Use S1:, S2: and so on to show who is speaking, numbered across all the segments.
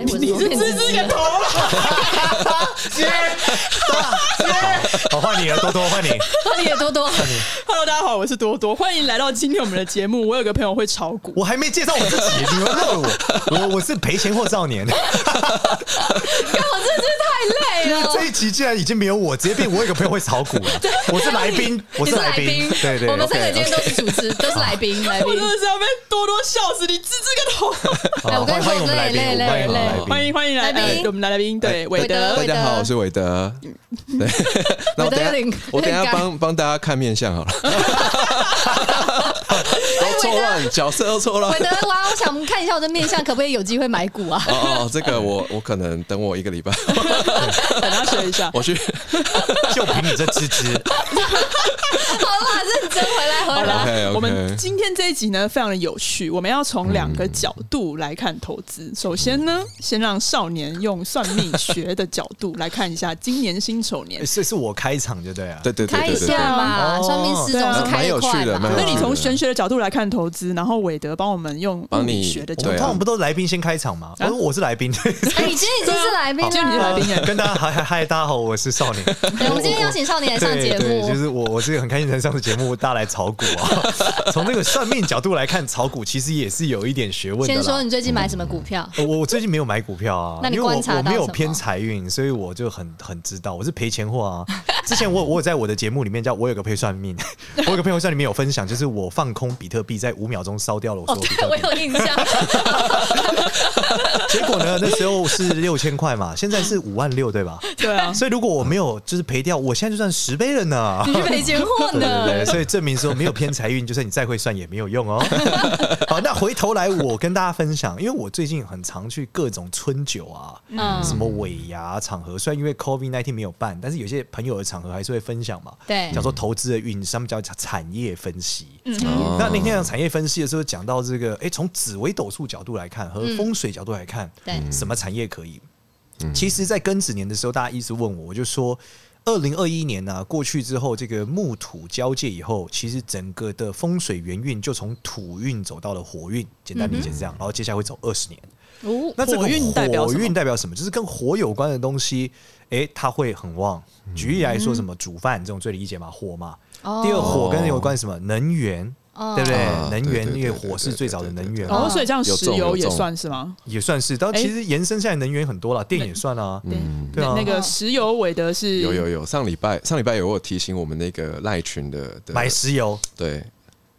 S1: 哎、我
S2: 你是芝芝个头啦！
S3: 好，换你了，多多换你。
S1: 你也 多多。
S2: Hello，大家好，我是多多，欢迎来到今天我们的节目。我有个朋友会炒股，
S3: 我还没介绍我自己，你们漏了我。我我是赔钱货少年。
S1: 太累了。
S3: 这一集竟然已经没有我，直接变我有个朋友会炒股了。我是来宾，我
S1: 你
S3: 是来宾。对对，啊
S1: 我们三个今天
S3: OK，OK
S1: 都是主持，都是来宾，来
S2: 我
S1: 宾
S2: 真。的是要被多多笑死！你芝芝个头啦！
S1: 哎
S3: 好
S1: 我跟
S3: 欢
S1: 你
S3: 欢迎
S1: 说
S3: 我们来宾，
S1: 累累
S3: 欢迎我们
S4: 累
S3: 来 宾，
S2: 欢迎欢迎来
S1: 来宾
S2: 呃我们的来宾对
S4: 哎
S2: 韦德
S1: 韦德
S4: 大家好，我是韦德。 对，那我等
S1: 嗯韦德有点
S4: 下我等
S1: 有点
S4: 下
S1: 尬
S4: 帮帮大家看面相好 了。都错乱，角色都错乱
S1: 哎韦。德，哇，我想看一下我的面相，可不可以有机会买股 啊？
S4: 哦哦，这个我我可能等我一个 礼拜，
S2: 等他学一 下。
S4: 我去
S3: 就凭你这芝芝，
S1: 好啦，认真回来，回
S3: 哦
S2: 好
S1: 来。
S2: 啦
S4: OK，OK
S2: 我们今天这一集呢非常的有趣，我们要从两
S3: 嗯
S2: 个角度来看投资。首先呢，先让少年用算命学的角度来看一下今年辛丑年
S3: 诶。所以 是我开场就对哦啊。
S4: 对对对
S1: 开
S4: 对
S1: 一
S4: 对对，
S1: 下嘛，
S3: 对对对
S1: 算命师总是开得快
S4: 蛮有趣的
S1: 嘛
S4: 蛮有
S2: 那
S4: 趣
S2: 你从玄学的角度来看投资，然后韦德帮我们用物
S4: 帮你
S2: 理学的
S3: 我
S2: 角
S3: 们
S2: 度
S4: 对啊
S3: 通常不都是来宾先开场吗？我说我是来宾，
S1: 哎，你今天已经是来宾
S2: 今天你是来
S1: 了。
S2: 宾耶
S3: 跟大家 嗨嗨嗨，大家好，我是少年。
S1: 对，我们今天邀请少年来上节
S3: 哦对对，就
S1: 目，
S3: 是我，我是很开心能上次节目，大 家来炒股啊。 从那个算命角度来看，炒股其实也是有一点学问的
S1: 先说
S3: 啦。
S1: 你最近买什么股票？
S3: 我我最近没有买股票啊，
S1: 那你
S3: 因为我
S1: 观察到
S3: 我没有
S1: 什么
S3: 偏财运，所以我就很很知道我是赔钱货啊。 之前我我有在我的节目里面叫我有个配算命， 我有个朋友在里面有分享，就是我放空比特币在五秒钟烧掉了我所
S1: 哦，
S3: 有比
S1: 对，
S3: 特
S1: 我
S3: 币，
S1: 有印象。
S3: 结果呢那时候是六千块嘛，现在是五万六对吧？
S2: 对啊，
S3: 所以如果我没有就是赔掉，我现在就算十倍了呢。
S1: 你是赔钱货
S3: 对对
S1: 呢
S3: 对，？所以证明说没有偏财运，就算你再会算也没有用 哦。好，那回头来我跟大家分享，因为我最近很常去各种春酒啊，
S1: 嗯
S3: 什么尾牙场合，虽然因为 COVID 1 9没有办，但是有些朋友的场合还是会分享嘛。
S1: 对
S3: 讲说投资的运势，他们叫产业分析。
S2: 嗯
S4: 哦
S3: 那那天讲产业分析的时候，讲到这个，哎，从紫微斗数角度来看
S2: 嗯
S3: 和风水角度来看，
S1: 对
S3: 什么产业可以？其实，在庚子年的时候，大家一直问我，我就说，二零二一年呢、啊过去之后，这个木土交界以后，其实整个的风水元运就从土运走到了火运，简单理解是这样。然后接下来会走二十年。
S1: 哦，
S3: 那这个
S2: 嗯火运代表什
S3: 火
S2: 么
S3: 运代表什么？就是跟火有关的东西，诶，它会很旺。举例来
S2: 嗯
S3: 说，什么煮饭这种最理解嘛，火嘛。
S1: 哦
S3: 第二，火跟有关什么能源，
S1: 哦
S3: 对不对
S4: 啊？
S3: 能
S4: 对
S3: 源
S4: 对
S3: 因为
S4: 对对
S3: 火是
S4: 对
S3: 最
S4: 对
S3: 早的
S4: 对
S3: 能
S4: 对
S3: 源
S4: 对
S3: 嘛
S2: 哦，，所以这样
S4: 有
S2: 石
S4: 中
S2: 油
S4: 有
S2: 也
S4: 中
S2: 算是吗？
S3: 也算是。但
S2: 诶
S3: 其实延伸下来，能源很多啦，电也算啊。
S4: 嗯
S2: 对，
S3: 对啊
S2: 那那个石油韦德是
S4: 有有有，上礼拜上礼拜有我有提醒我们那个赖群的的
S3: 买石油，
S4: 对，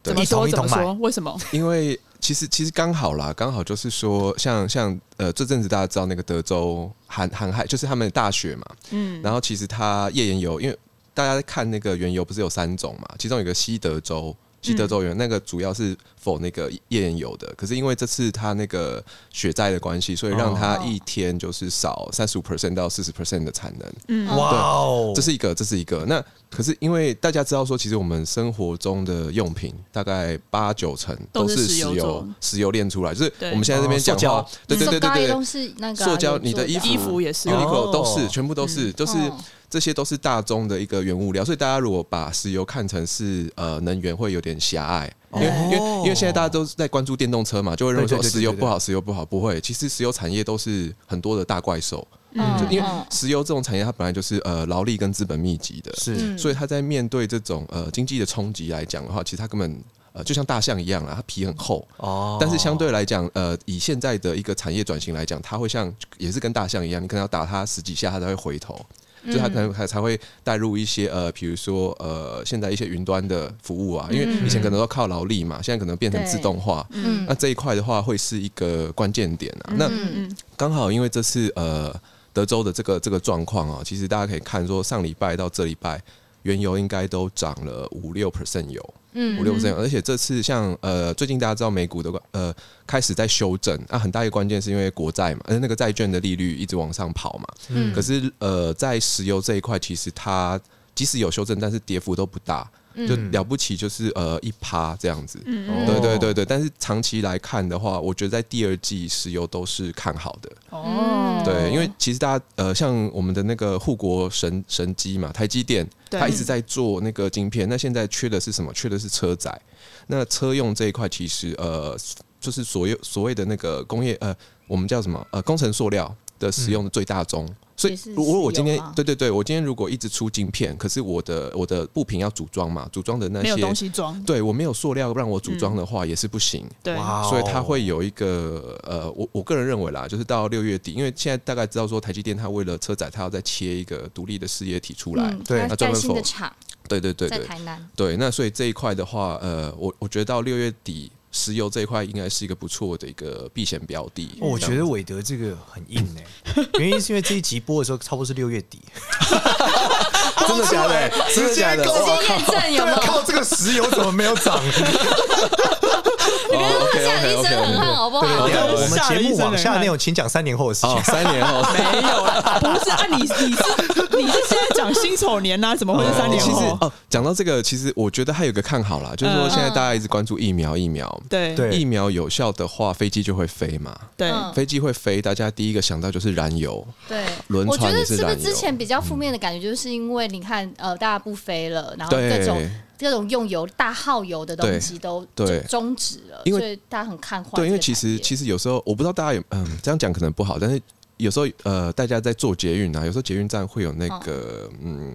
S2: 怎么
S3: 一桶
S2: 说
S3: 一
S2: 怎么
S3: 桶
S2: 说？为什么？
S4: 因为其实其实刚好啦，刚好就是说，像像呃，这阵子大家知道那个德州寒寒害，就是他们的大雪嘛，嗯，然后其实它页岩油，因为大家看那个原油不是有三种嘛，其中有一个西德州。西德州原油那个主要是否那个页岩油的，可是因为这次它那个雪灾的关系，所以让它一天就是少三十五 percent 到四十 percent 的产能。
S2: 嗯
S3: 哇哦，
S4: 这是一个，这是一个。那可是因为大家知道说，其实我们生活中的用品大概八九成
S2: 都
S4: 都
S2: 是
S4: 是
S2: 石油
S4: 石油
S2: 做，
S4: 石油炼出来。就是
S2: 对
S4: 我们现在这边讲
S3: 哦
S4: 话，对对对
S1: 手
S4: 对
S1: 工也
S4: 对
S1: 都，是那个啊
S4: 塑胶
S1: 有
S4: 你的
S1: 做
S4: 衣服
S2: 衣服也是
S4: Uniqlo
S3: 哦嗯
S4: 都是，全部都是，就是
S1: 哦
S4: 这些都是大宗的一个原物料。所以大家如果把石油看成是呃能源，会有点狭隘。因为因为因为现在大家都是在关注电动车嘛，就会认
S3: 哦
S4: 为
S3: 对
S4: 说
S3: 对对对
S4: 石油
S3: 对对
S4: 不好，石油不好，不会。其实石油产业都是很多的大怪兽，
S1: 嗯
S4: 就因为
S1: 嗯
S4: 石油这种产业它本来就是呃劳力跟资本密集的，
S3: 是
S4: 所以他在面对这种呃经济的冲击来讲的话，其实他根本呃就像大象一样啊，它皮很厚。
S3: 哦
S4: 但是相对来讲，呃，以现在的一个产业转型来讲，它会像也是跟大象一样，你可能要打它十几下，它才会回头，就它可能才才会带入一些呃，比如说呃，现在一些云端的服务啊，因为以前可能都靠劳力嘛，现在可能变成自动化，
S1: 嗯
S4: 那这一块的话会是一个关键点啊。那
S1: 嗯嗯
S4: 刚好因为这次呃德州的这个这个状况啊，其实大家可以看说上礼拜到这礼拜，原油应该都涨了五六 percent 有五
S1: 嗯，
S4: 六 percent，而且这次像呃最近大家知道美股的呃开始在修正，那、很大一个关键是因为国债嘛，呃那个债券的利率一直往上跑嘛，
S1: 嗯
S4: 可是呃在石油这一块其实它。即使有修正，但是跌幅都不大。
S1: 嗯
S4: 就了不起就是呃一趴这样子。
S3: 哦
S4: 对对对对，但是长期来看的话，我觉得在第二季石油都是看好的。
S2: 哦，
S4: 对，因为其实大家呃，像我们的那个护国神神机嘛，台积电，
S2: 对
S4: 它一直在做那个晶片。那现在缺的是什么？缺的是车载。那车用这一块，其实呃，就是所有所谓的那个工业呃，我们叫什么呃，工程塑料的使用的最大宗。所以
S1: 也是，
S4: 如果我今天
S1: 石油啊
S4: 对对对，我今天如果一直出晶片，可是我的我的布品要组装嘛，组装的那
S2: 没有
S4: 些
S2: 东，西装，
S4: 对我没有塑料让我组装的话，也是不行。
S2: 对，
S3: 哇哦
S4: 所以它会有一个呃，我我个人认为啦，就是到六月底，因为现在大概知道说台积电它为了车载，它要再切一个独立的事业体出来，
S1: 嗯
S3: 对
S1: 它
S4: 那专
S1: 盖
S4: 门
S1: 新的
S4: for-
S1: 厂
S4: 对对对
S1: 在
S4: 对
S1: 台南，
S4: 对，那所以这一块的话，呃，我我觉得到六月底。石油这一块应该是一个不错的一个避险标的，
S3: 哦我觉
S4: 这样
S3: 得韦德这个很硬哎、原因是因为这一集播的时候差不多是六月底，
S4: 真的假的？真的假的？
S3: 直
S1: 直接验证有没有？
S3: 啊靠这个石油怎么没有涨？
S4: 哦
S1: 你跟他
S4: ，OK
S1: 讲
S4: OK
S1: 医
S4: OK，
S1: 生很 好，好不好？
S3: 对啊我们
S2: 吓了
S3: 节
S2: 一
S3: 目
S2: 身
S3: 往
S2: 冷
S3: 下
S2: 汗
S3: 内容，请讲三年后的事情
S4: 哦，。三年后，
S2: 没有啦，不是啊，你你是你是现在讲辛丑年 呐、怎么会是三年
S4: 其实
S2: 后？
S4: 哦，讲到这个，其实我觉得还有个看好啦，就是说
S2: 嗯
S4: 现在大家一直关注疫苗，疫苗，
S2: 对
S3: 对
S4: 疫苗有效的话，飞机就会飞嘛。
S2: 对，
S1: 嗯
S4: 飞机会飞，大家第一个想到就是燃油。
S1: 对，
S4: 轮
S1: 我觉
S4: 船也
S1: 得
S4: 是哦
S1: 是不是
S4: 燃油
S1: 之前比较负面的感觉，就是因为你看，呃，大家不飞了，然后
S4: 嗯对
S1: 各种各种用油、大耗油的东西都
S4: 对
S1: 就
S4: 对
S1: 终止了，
S4: 因为
S1: 所以大家很看坏这个产业。
S4: 对，因为其实其实有时候我不知道大家有嗯这样讲可能不好，但是有时候呃大家在做捷运啊，有时候捷运站会有那个嗯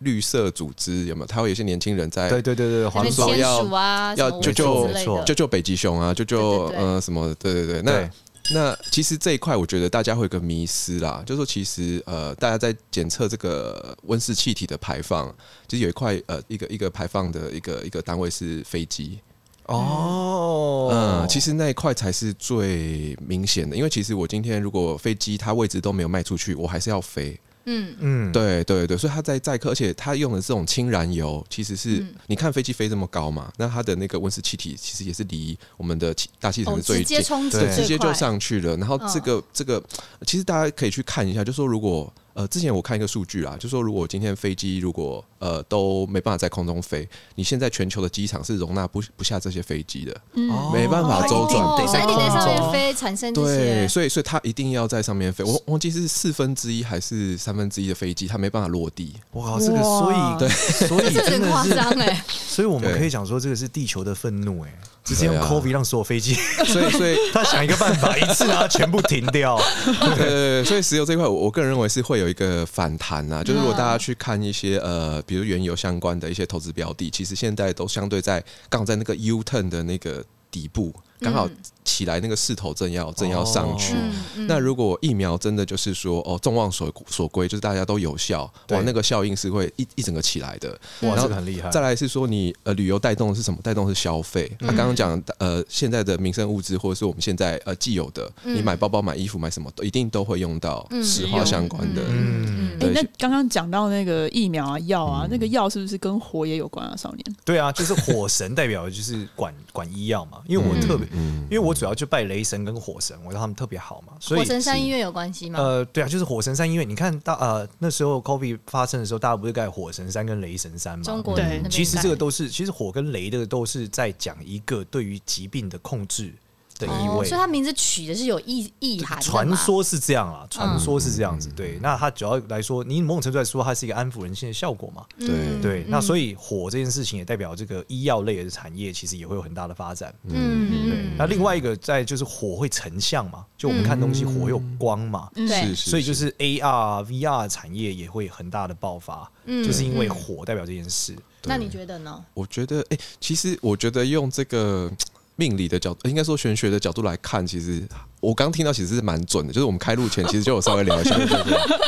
S4: 绿色组织有没有？他会有一些年轻人在
S3: 对对对对，
S1: 那
S3: 黄
S1: 边
S4: 说
S1: 签
S4: 要
S1: 署啊，
S4: 要
S1: 什么
S4: 就
S1: 文
S4: 就
S1: 字之类
S3: 没错
S1: 的
S4: 救救北极熊啊，救救
S1: 对对对
S4: 呃什么？对对对，那。
S3: 对
S4: 那其实这一块，我觉得大家会有个迷失啦，就是说其实呃，大家在检测这个温室气体的排放，其实有一块呃一个一个排放的一个一个单位是飞机，
S3: 哦，
S4: 嗯，其实那一块才是最明显的，因为其实我今天如果飞机它位置都没有卖出去，我还是要飞。
S1: 嗯，
S3: 嗯，
S4: 对对对，所以它在载客，而且它用的这种氢燃油，其实是、
S1: 嗯
S4: 你看飞机飞这么高嘛，那它的那个温室气体其实也是离我们的气大气层
S1: 哦，
S4: 是
S1: 直
S4: 最近
S1: 接，冲嗯击
S3: 对
S4: 直接
S1: 最快
S4: 就上去了。然后这个、这个，呃其实大家可以去看一下，就说如果呃，之前我看一个数据啦，就说如果今天飞机如果呃都没办法在空中飞，你现在全球的机场是容纳不不下这些飞机的。
S3: 哦
S4: 没办法周
S1: 嗯
S4: 转
S1: 哦
S4: 得
S1: 所以你在上
S2: 空
S1: 面
S2: 中
S1: 飞产生这
S4: 对，
S1: 些，
S4: 所以所以它一定要在上面飞，我忘记是四分之一还是三分之一的飞机，它没办法落地。
S3: 哇，这个所以
S2: 哇
S3: 对，所 以
S1: 这有
S3: 真
S1: 点
S3: 的
S1: 夸
S3: 是，
S1: 张哎，
S3: 所以我们
S4: 对
S3: 可以讲说这个是地球的愤怒哎，直接用
S4: 对啊
S3: COVID 让所有飞机，
S4: 所以所以
S3: 他想一个办法，一次让它全部停 掉。
S4: 对对对，所以石油这块，我我个人认为是会有一个反弹呐、就是如果大家去看一些呃，比如原油相关的一些投资标的，其实现在都相对在刚好在那个 U turn 的那个底部，刚好起来那个势头正要正要上去。
S1: 嗯嗯
S4: 那如果疫苗真的就是说哦，众望所所归，就是大家都有效，
S3: 对
S4: 哇，那个效应是会一一整个起来的。
S3: 哇，
S4: 然后
S3: 这个很厉害嗯
S4: 再。来是说你呃旅游带动的是什么？带动的是消费。那刚刚讲呃现在的民生物资或者是我们现在呃既有的，
S3: 嗯
S4: 你买包包、买衣服、买什么，都一定都会用到
S1: 嗯
S4: 石化相关的。
S3: 嗯，
S2: 哎、
S4: 对嗯
S2: 那刚刚讲到那个疫苗啊、药啊，那个药是不是跟火也有关啊？少年，
S3: 对啊，就是火神代表的就是管管医药嘛，因为我特别，
S4: 嗯
S3: 因为我主要就拜雷神跟火神，我对他们特别好嘛，所以
S1: 火神山医院有关系吗？
S3: 呃，对啊，就是火神山医院。你看到呃那时候 COVID 发生的时候，大家不是盖火神山跟雷神山嘛？
S1: 中国
S2: 对
S1: 那边
S3: 其实这个
S1: 盖
S3: 都是，其实火跟雷的都是在讲一个对于疾病的控制的意
S1: 哦
S3: 味。
S1: 所以它名字取的是有意意涵的嘛嗯
S3: 传说是这样啦，传说是这样子。对，那它主要来说，你某种程度来说，它是一个安抚人心的效果嘛。
S1: 嗯
S4: 对
S3: 对，那所
S1: 以
S3: 以火这件事情也代表这个医药类的产业其实也会有很大的发展。对
S1: 嗯，
S3: 那另外一个在就是火会成像嘛，就我们看东西火有光嘛，
S1: 嗯
S4: 是
S1: 对，
S4: 是，
S3: 所以就是 AR、VR 产业也会很大的爆发，
S1: 嗯
S3: 就是因为火代表这件事。
S4: 嗯
S1: 那你觉得 呢？
S4: 我觉得哎、其实我觉得用这个。命理的角度，应该说玄学的角度来看，其实我刚听到其实是蛮准的。就是我们开录前其实就有稍微聊一下，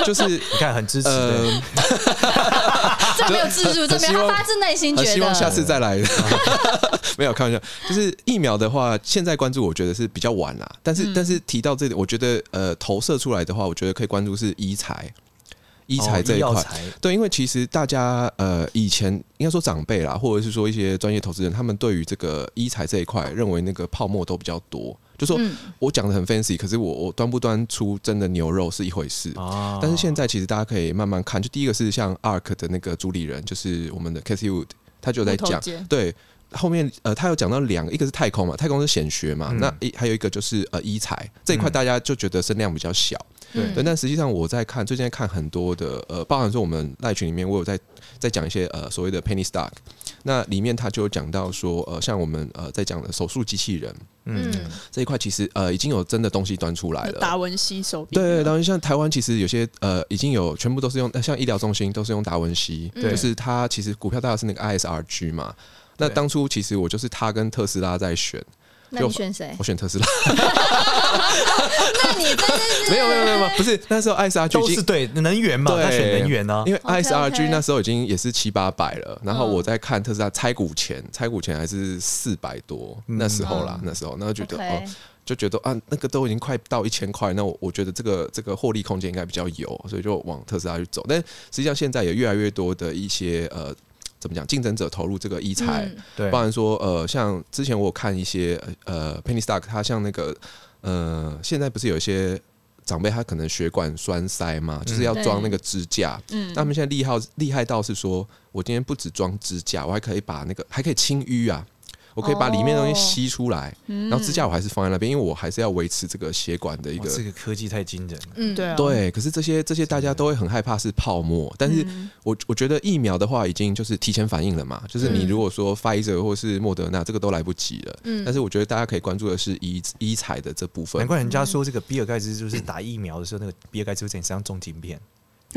S4: 就是
S3: 你看，很支持的。哦
S4: 呃，
S1: 这没有自助，这没
S4: 希
S1: 有，
S4: 望
S1: 他发自内心
S4: 很
S1: 觉
S4: 希望下
S1: 得。
S4: 次再来。 没有开玩笑，就是疫苗的话，现在关注我觉得是比较晚啦。但是、
S1: 嗯
S4: 但是提到这里，我觉得呃投射出来的话，我觉得可以关注是医材，医材这一块。
S3: 哦医药材
S4: 对，因为其实大家呃以前应该说长辈啦，或者是说一些专业投资人，他们对于这个医材这一块认为那个泡沫都比较多，就说
S1: 嗯
S4: 我讲的很 fancy，可是我我端不端出真的牛肉是一回事
S3: 啊
S4: 但是现在其实大家可以慢慢看，就第一个是像 ARK 的那个主理人，就是我们的 Cathy Wood。他就在
S2: 木头
S4: 讲
S2: 节
S4: 对。后面呃，他有讲到两个，一个是太空嘛，太空是显学嘛，那一还有一个就是呃医材这一块，
S3: 嗯
S4: 大家就觉得声量比较小，
S2: 嗯
S1: 嗯
S3: 对
S4: 对，但实际上我在看，最近在看很多的，呃，包含说我们赖群里面，我有在在讲一些呃所谓的 penny stock，那里面他就有讲到说，呃，像我们呃在讲的手术机器人
S1: 嗯，
S4: 这一块，其实呃已经有真的东西端出来
S2: 有达
S4: 了。
S2: 文西手柄，
S4: 对对，当然像台湾其实有些呃已经有全部都是用，呃像医疗中心都是用达文西，
S1: 对
S4: 就是它其实股票大概是那个 ISRG 嘛。那
S3: 对
S4: 当初其实我就是他跟特斯拉在选，
S1: 那你选谁
S4: 我？选特斯拉，
S1: 那你真的是
S4: 没有没有没有没有，不是那时候 ISRG 已
S3: 都
S4: 经
S3: 是对能源嘛，
S4: 对，
S3: 他选能源啊
S4: 因，为
S1: OK，OK
S4: ISRG 那时候已经也是七八百了，然后
S1: 嗯
S4: 我在看特斯拉拆股前，拆股前还是四百多，
S3: 嗯
S4: 那时候啦
S1: 嗯，
S4: 那时候，那就觉得
S1: OK
S4: 哦，就觉得啊，那个都已经快到一千块，那我我觉得这个这个获利空间应该比较有，所以就往特斯拉去走。但实际上现在也越来越多的一些呃，怎么讲，竞争者投入这个一 E 财，
S1: 嗯
S3: 对
S4: 包，含说呃，像之前我有看一些呃，Penny Stock，它像那个呃，现在不是有一些长辈他可能血管栓塞嘛，就是要装那个支架。
S2: 嗯
S4: 嗯，他们现在厉害厉害到是说，我今天不只装支架，我还可以把那个还可以清淤啊。我可以把里面的东西吸出来，然后支架我还是放在那边，因为我还是要维持这个血管的一
S3: 哇
S4: 个
S3: 这个科技太惊人了。
S1: 嗯
S2: 对啊，
S4: 对，可是这些这些大家都会很害怕是泡沫，但是
S1: 嗯
S4: 我我觉得疫苗的话已经就是提前反应了嘛，就是你
S1: 嗯
S4: 如果说 Pfizer 或是莫德纳这个都来不及了，
S1: 嗯
S4: 但是我觉得大家可以关注的是医医材的这部
S3: 难
S4: 分。
S3: 怪人家说这个比尔盖茨就是打疫苗的时候，那个比尔盖茨会在你身上种晶片。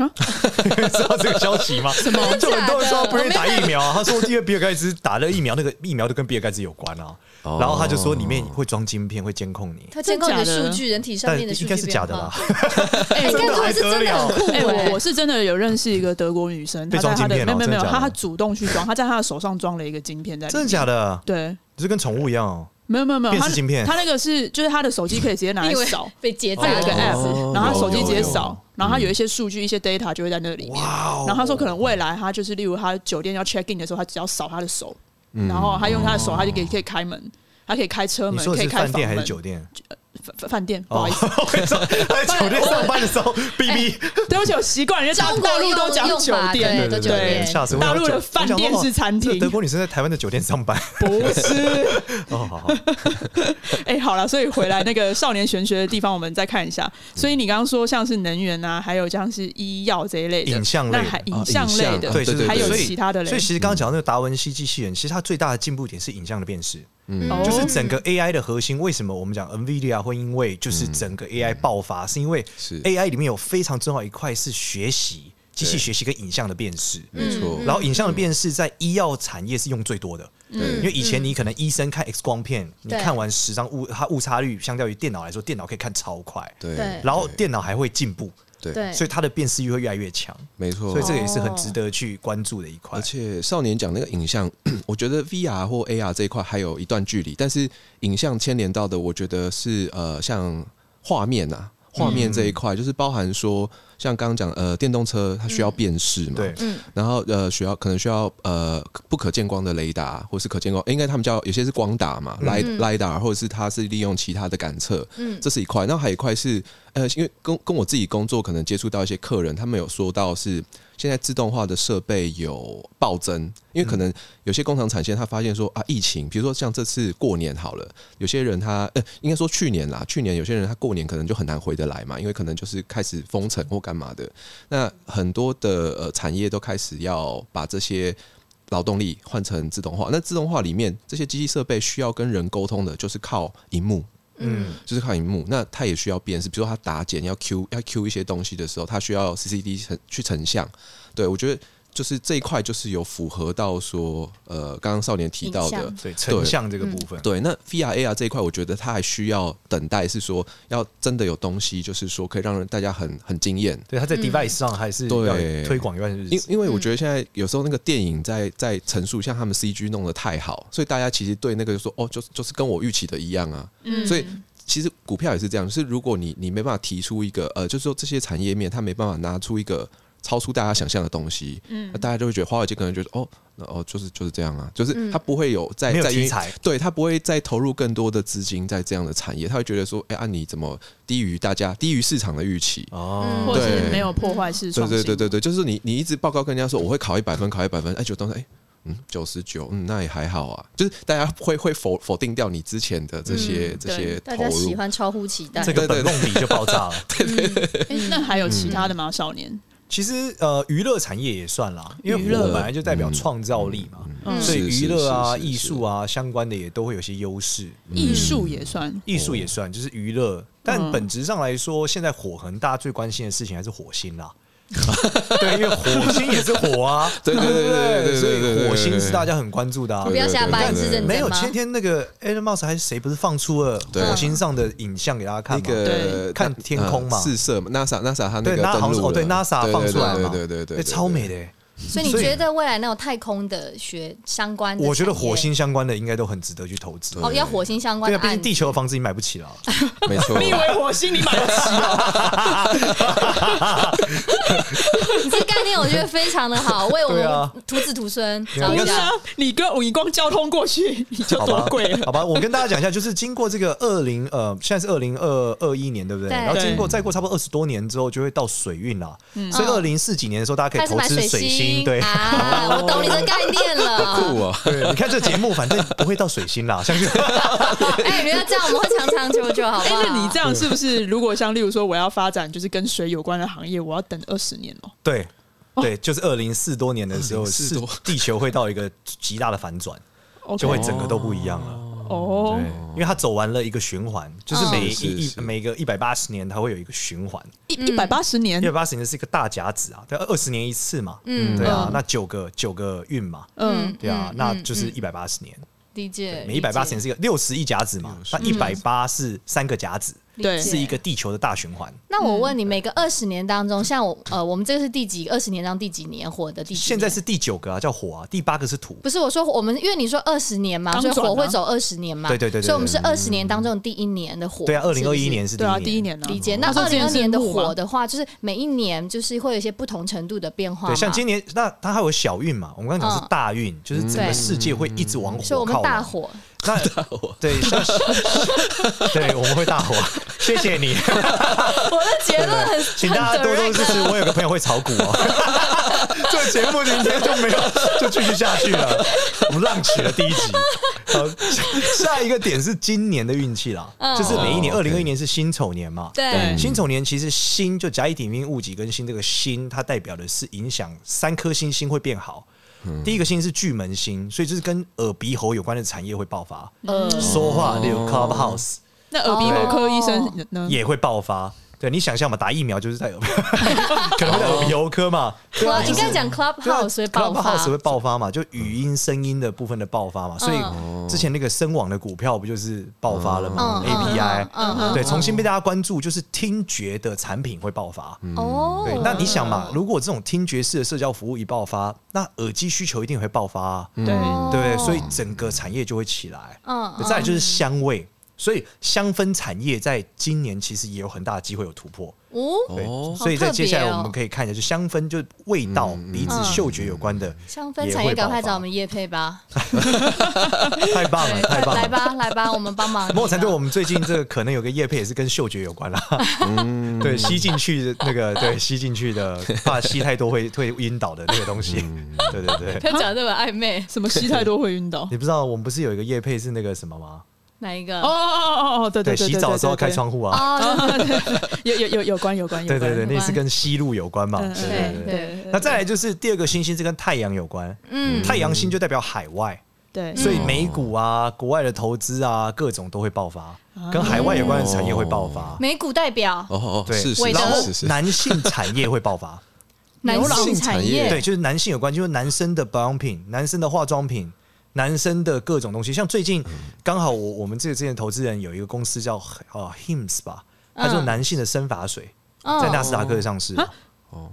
S2: 啊
S3: 知道这个消 息吗？什
S1: 么
S3: 就很多人说他不愿意
S1: 真的假
S3: 打疫苗啊。他说因为比尔盖茨打了疫苗，那个疫苗都跟比尔盖茨有关啊。
S4: 哦
S3: 然后他就说里面会装晶片，会监控你。
S1: 他监控你的
S2: 真假
S1: 数
S2: 的
S1: 据，人体上
S3: 但
S1: 面的数
S3: 应
S1: 据
S3: 该是假的
S1: 变
S3: 啦
S1: 化。，
S2: 哎
S1: 哎，
S2: 我
S1: 但
S3: 真的
S1: 如果
S3: 还
S1: 是真的很酷
S2: 哎、我我
S1: 是
S2: 是真的有认识一个德国女生，
S3: 被
S2: 她在
S3: 装
S2: 她的
S3: 晶片
S2: 没
S3: 哦
S2: 有没有没有，
S3: 真的假
S2: 她
S3: 的
S2: 她主动去装，她在她的手上装了一个晶片在里面。
S3: 真的假的？
S2: 对，
S3: 就是跟宠物一样哦。
S2: 没有没有没有，
S3: 辨
S2: 她
S3: 识晶片
S2: 她那个是就是她的手机可以直接拿来
S1: 因为
S2: 扫，
S1: 被截
S2: 她有一个
S3: 哦
S2: app，然后她手机直接
S3: 有有
S2: 扫，然后她有一些数据一些 data 就会在那里面。
S3: 哇哦！
S2: 然后她说可能未来她就是例如她酒店要 check in 的时候，她只要扫她的手，
S4: 嗯
S2: 然后她用她的手，她就可以可以开门。她可以开车
S3: 嗯你
S2: 门，
S3: 说
S2: 可
S3: 的
S2: 以
S3: 是
S2: 开
S3: 饭
S2: 房
S3: 店还是
S2: 门。
S3: 酒店？哦
S2: 饭饭店，不好意思，
S3: 我跟你说，在酒店上班的时候，
S2: 哎
S3: 哔哔，
S2: 对不起，我习惯人家
S1: 中国
S2: 大陆都讲
S1: 用用
S2: 酒
S1: 法
S2: 店，
S1: 对都酒
S2: 对
S1: 店
S3: 吓死我！
S2: 大陆的
S3: 我想
S2: 饭
S3: 说
S2: 店
S3: 哦
S2: 是餐
S3: 这
S2: 厅
S3: 德国女生在台湾的酒店上班。
S2: 不是。
S3: 哦， 好好，
S2: 哎、好了，所以回来那个少年玄学的地方，我们再看一下。
S3: 嗯
S2: 所以你刚刚说像是能源啊，还有像是医药这一类的
S3: 影像类
S2: 那还影
S4: 啊
S2: 像类
S4: 影
S2: 的，
S4: 像
S3: 对，
S4: 对
S3: 就是
S2: 还有
S3: 所以
S2: 其他的
S3: 所
S2: 嘞
S3: 以。其实刚刚讲到那个达文西机器人，其实它最大的进步点是影像的辨识，
S4: 嗯
S2: 哦
S3: 就是整个 AI 的核心。为什么我们讲 NVIDIA 会啊因为就是
S2: 嗯
S3: 整个 AI 爆发，是因为
S4: 是
S3: AI 里面有非常重要一块是学习。机器
S4: 对
S3: 学习跟影像的辨识，
S4: 没错，
S1: 嗯
S3: 然后影像的辨识在医药产业是用最多的，因为以前你可能医生看 X 光片，你
S1: 对
S3: 看完十张误，它误差率相较于电脑来说，电脑可以看超快，
S4: 对
S1: 对，
S3: 然后电脑还会进步，
S4: 对，
S1: 对，
S3: 所以它的辨识欲会越来越强，
S4: 没错，
S3: 所以这个也是很值得去关注的一块
S4: 而。且少年讲那个影像， 我觉得 VR 或 AR 这一块还有一段距离，但是影像牵连到的，我觉得是呃，像画面啊，画面
S1: 嗯
S4: 这一块、就是包含说，像刚刚讲呃，电动车它需要辨识嘛，
S3: 对，
S1: 嗯
S4: 然后呃，需要可能需要呃不可见光的雷达，或是可见光，诶应该他们叫有些是光达嘛，lid lidar，或者是它是利用其他的感测，
S1: 嗯
S4: 这是一块。然后还有一块是呃，因为跟跟我自己工作可能接触到一些客人，他们有说到是现在自动化的设备有暴增，因为可能有些工厂产线他发现说啊，疫情，比如说像这次过年好了，有些人他呃，应该说去年啦，去年有些人他过年可能就很难回得来嘛，因为可能就是开始封城或干嘛的，那很多的呃产业都开始要把这些劳动力换成自动化。那自动化里面这些机器设备需要跟人沟通的，就是靠荧幕，
S3: 嗯，
S4: 就是靠荧幕。那它也需要辨识，比如说它打检要 Q 要 Q 一些东西的时候，它需要 CCD 成去成像。对我觉得就是这一块就是有符合到说呃刚刚少年提到
S1: 影
S4: 的
S1: 像。
S3: 对，成像这个部分，
S4: 对，那 VR AR 这一块，我觉得它还需要等待，是说要真的有东西，就是说可以让人大家很很惊艳，
S3: 对，它在 device 上还是
S4: 对
S3: 要推广一段日
S4: 因
S3: 子。
S4: 因为我
S2: 嗯
S4: 觉得现在有时候那个电影在在陈述，像他们 CG 弄得太好，所以大家其实对那个就说哦，就是就是跟我预期的一样啊。
S2: 嗯
S4: 所以其实股票也是这样，就是如果你你没办法提出一个呃，就是说这些产业面它没办法拿出一个超出大家想象的东西，
S2: 嗯
S4: 那大家就会觉得华尔街可能觉得哦，那哦就是就是这样啊，
S2: 嗯
S4: 就是他不会有再
S3: 没有
S4: 再
S3: 题材，
S4: 对他不会再投入更多的资金在这样的产业，他会觉得说，哎、啊你怎么低于大家低于市场的预期？
S3: 哦，
S2: 或者是
S4: 对
S2: 没有破坏式
S4: 对
S2: 创新，
S4: 对对对对，就是你你一直报告跟人家说我会考一百分，考一百分，哎，就当时哎，嗯，九十九，嗯，那也还好啊。就是大家会会否否定掉你之前的这些、这些
S1: 大
S4: 投
S1: 家喜
S4: 入。
S1: 欢超乎期待
S3: 这。个本梦里就爆炸了。
S2: 哎、那还有其他的吗？少年，
S3: 其实呃，娱乐产业也算啦，因为
S2: 娱乐
S3: 火本来就代表创造力嘛，
S2: 嗯
S3: 所以
S4: 是是
S3: 娱乐啊、
S4: 是是
S3: 艺术啊相关的也都会有些优势。
S2: 艺术也算。
S3: 艺术也算，就是娱乐，
S1: 嗯
S3: 但本质上来说，现在火恒大家最关心的事情还是火星 啦。对，因为火星也是火啊，
S4: 对对对对对对对对对
S3: 所以
S4: 对对对
S3: 火星是大家很关注的啊
S1: 不。要瞎掰，是认
S3: 没有
S1: 真
S3: 前
S1: 吗？
S3: 天那个 Elon Musk 还是谁不是放出了
S4: 对
S3: 火星上的影像给大家看
S4: 那
S3: 吗？
S4: 个
S2: 对
S3: 看天空嘛
S4: 呃试射嘛，NASA NASA 它那
S3: 对
S4: 个
S3: ，NASA
S4: 登
S3: 好像是
S4: 陆
S3: 哦，对
S4: 了
S3: ，NASA 放出来嘛，
S4: 对对对对
S3: 哎
S4: 对，
S3: 超美的欸。
S1: 所以你觉得未来那种太空的学相关的，
S3: 我觉得火星相关的应该都很值得去投资。
S4: 对
S1: 哦，要火星相关
S3: 对
S1: 的
S3: 啊，毕
S1: 案
S3: 竟
S1: 子
S3: 地球的房子你买不起了啊，
S4: 对，没错
S2: 你。以为火星你买 得起哦？
S1: 你 这概念我觉得非常的好，为我
S3: 对啊
S1: 们徒子徒孙着
S3: 啊
S2: 不
S3: 应该
S2: 是
S1: 想
S2: 啊。，你跟你光交通过去你就
S3: 好
S2: 多
S3: 吧
S2: 贵啊了？
S3: 好吧，我跟大家讲一下，就是经过这个二零呃，现在是二零二二一年，对不对？
S1: 对
S3: 然后经过再过差不多二十多年之后，就会到水运啦。所以二零四几年的时候，大家可
S1: 开
S3: 以
S1: 始
S3: 投
S1: 买
S3: 资水
S1: 星
S3: 星。对，
S1: 啊，我懂你的概念了。
S4: 酷啊！
S3: 对，你看这节目，反正不会到水星啦，相信
S1: 哎，不要这样，我们会长长久久，好
S2: 哎、
S1: 不好？
S2: 那你这样是不是？如果像例如说，我要发展就是跟水有关的行业，我要等二十年哦。
S3: 对。对，就是二零四多年的时候，
S4: 2040
S3: 是
S4: 多
S3: 地球会到一个极大的反转，
S2: OK
S3: 就会整个都不一样了。
S2: 哦
S3: 对，因为它走完了一个循环，就是每
S4: 是
S3: 一
S4: 是
S3: 一每个一百八十年，它会有一个循环。
S2: 一一百八十年
S3: 一百，八十年是一个大甲子啊，对，二十年一次嘛，
S1: 嗯
S3: 嗯，对啊
S2: 嗯，
S3: 那九个九个运嘛，
S2: 嗯，
S3: 对啊，
S1: 嗯
S3: 那
S1: 嗯
S3: 就是
S1: 嗯
S3: 一百八十年，
S1: 理解，
S3: 每一百八十年
S1: 理解
S3: 是一个六十一甲子嘛，那一百八是三个甲子，
S2: 对
S3: 是一个地球的大循环。
S1: 那我
S3: 嗯
S1: 问你，每个二十年当中，像我呃，我们这个是第几二十年当中第几年火的第几年？
S3: 现在是第九个啊，叫火啊，第八个是土，
S1: 不是我说我们，因为你说二十年嘛，
S2: 刚
S1: 所以
S2: 转啊
S1: 火会走二十年嘛，
S3: 对对对对对
S1: 所以我们是二十年当中的第一年的火，
S3: 对啊，二
S1: 是
S3: 零
S1: 不
S3: 二
S1: 是
S3: 一年是
S2: 对啊，第一
S3: 年，
S2: 年呢、啊？
S1: 理解。那
S2: 他说
S1: 二
S2: 之
S1: 零
S2: 前
S1: 二
S2: 是
S1: 年的
S2: 木嘛
S1: 火的话，就是每一年就是会有一些不同程度的变化嘛，
S3: 对，像今年那它还有小运嘛，我们刚刚
S1: 嗯
S3: 讲是大运，就是整
S1: 对
S3: 个世界会一直往火
S1: 所以我们
S3: 靠
S1: 大
S3: 拢。
S1: 火，
S3: 那 对，像对，我们会大火，谢谢你。
S1: 我的结论很，
S3: 请大家多 多支持。我有个朋友会炒股哦，这个节目今天就没有就继续下去了，我们浪起了第一集。好，下一个点是今年的运气啦，
S1: 嗯
S3: 就是每一年，
S4: 哦
S3: 二
S4: ，OK 嗯
S3: 零二一年是辛丑年嘛。
S1: 对，
S3: 辛丑年其实辛就甲乙丙丁戊己庚辛，这个辛它代表的是影响三颗星星会变好。
S4: 嗯
S3: 第一个星是巨门星，所以就是跟耳鼻喉有关的产业会爆发，
S4: 嗯
S1: 呃，
S3: 说话
S4: 哦
S3: 例如 Clubhouse
S2: 那耳鼻喉科医生呢？
S1: 嗯
S3: 也会爆发。对你想象嘛，打疫苗就是在耳， 可能会在耳鼻喉科嘛，对啊，
S1: 应该
S3: 就是
S1: 讲 Clubhouse 会爆
S3: c l u b h o u s
S1: 发
S3: e 会，爆发嘛，就语音声音的部分的爆发嘛，所以之前那个声网的股票不就是爆发了嘛
S1: 嗯
S3: ？API，
S1: 嗯嗯
S3: 对，重新被大家关注，就是听觉的产品会爆发。
S1: 哦
S3: 嗯对，，那你想嘛，如果这种听觉式的社交服务一爆发，那耳机需求一定会爆发啊，
S2: 对，
S1: 哦
S3: 对，所以整个产业就会起来。
S1: 嗯
S3: 再来就是香味，所以香氛产业在今年其实也有很大的机会有突破。
S1: 哦，
S3: 对，
S4: 哦
S3: 所以
S1: 好
S3: 在
S1: 特
S3: 接下来
S1: 别哦嗯
S3: 我们可以看一下，就香氛就味道、鼻子、嗅觉有关的，
S1: 香氛产业赶快找我们叶配吧，
S3: 太棒了，太棒
S1: 来
S3: 了。
S1: 吧来吧，我们帮忙。
S3: 某种程度，我们最近这个可能有个叶配也是跟嗅觉有关啦，
S1: 嗯
S3: 对，吸进去的那个，对，吸进去的，怕吸太多会会晕倒的那个东西，
S1: 嗯
S3: 对对 对。
S1: 不要讲这么暧昧，
S2: 什么吸太多会晕倒？
S3: 你不知道我们不是有一个叶配是那个什么吗？
S1: 哪一个？
S2: 哦哦哦哦，对
S3: 对，
S2: 对，
S3: 洗澡的时候开 窗户啊，
S1: 哦，
S2: 啊，有有有有关有关有关，
S3: 对对对，
S1: 有关
S3: 那是跟吸入有关嘛，
S2: 嗯
S3: 对对
S1: 对
S3: 对。
S1: 对，
S3: 那再来就是第二个星星是跟太阳有关，
S1: 嗯，
S3: 太阳星就代表海外，
S4: 嗯
S2: 对，
S3: 所以美股啊、国外的投资啊，各种都会爆发，跟海外有关的产业会爆发，
S1: 美股代表
S4: 哦啊哦，
S3: 对
S4: 是
S1: 韦
S4: 是
S1: 德
S3: 然后
S4: 是是是，
S3: 男性产业会爆 发，
S1: 男性
S4: 产业
S3: 对，就是男性有关，就是男生的保养品、男生的化妆品、男生的各种东西，像最近
S4: 嗯
S3: 刚好我我们这个之前投资人有一个公司叫呃 Hims 吧，它做
S1: 嗯
S3: 男性的生发水，
S1: 嗯
S4: 哦
S3: 在纳斯达克上市
S2: 啊，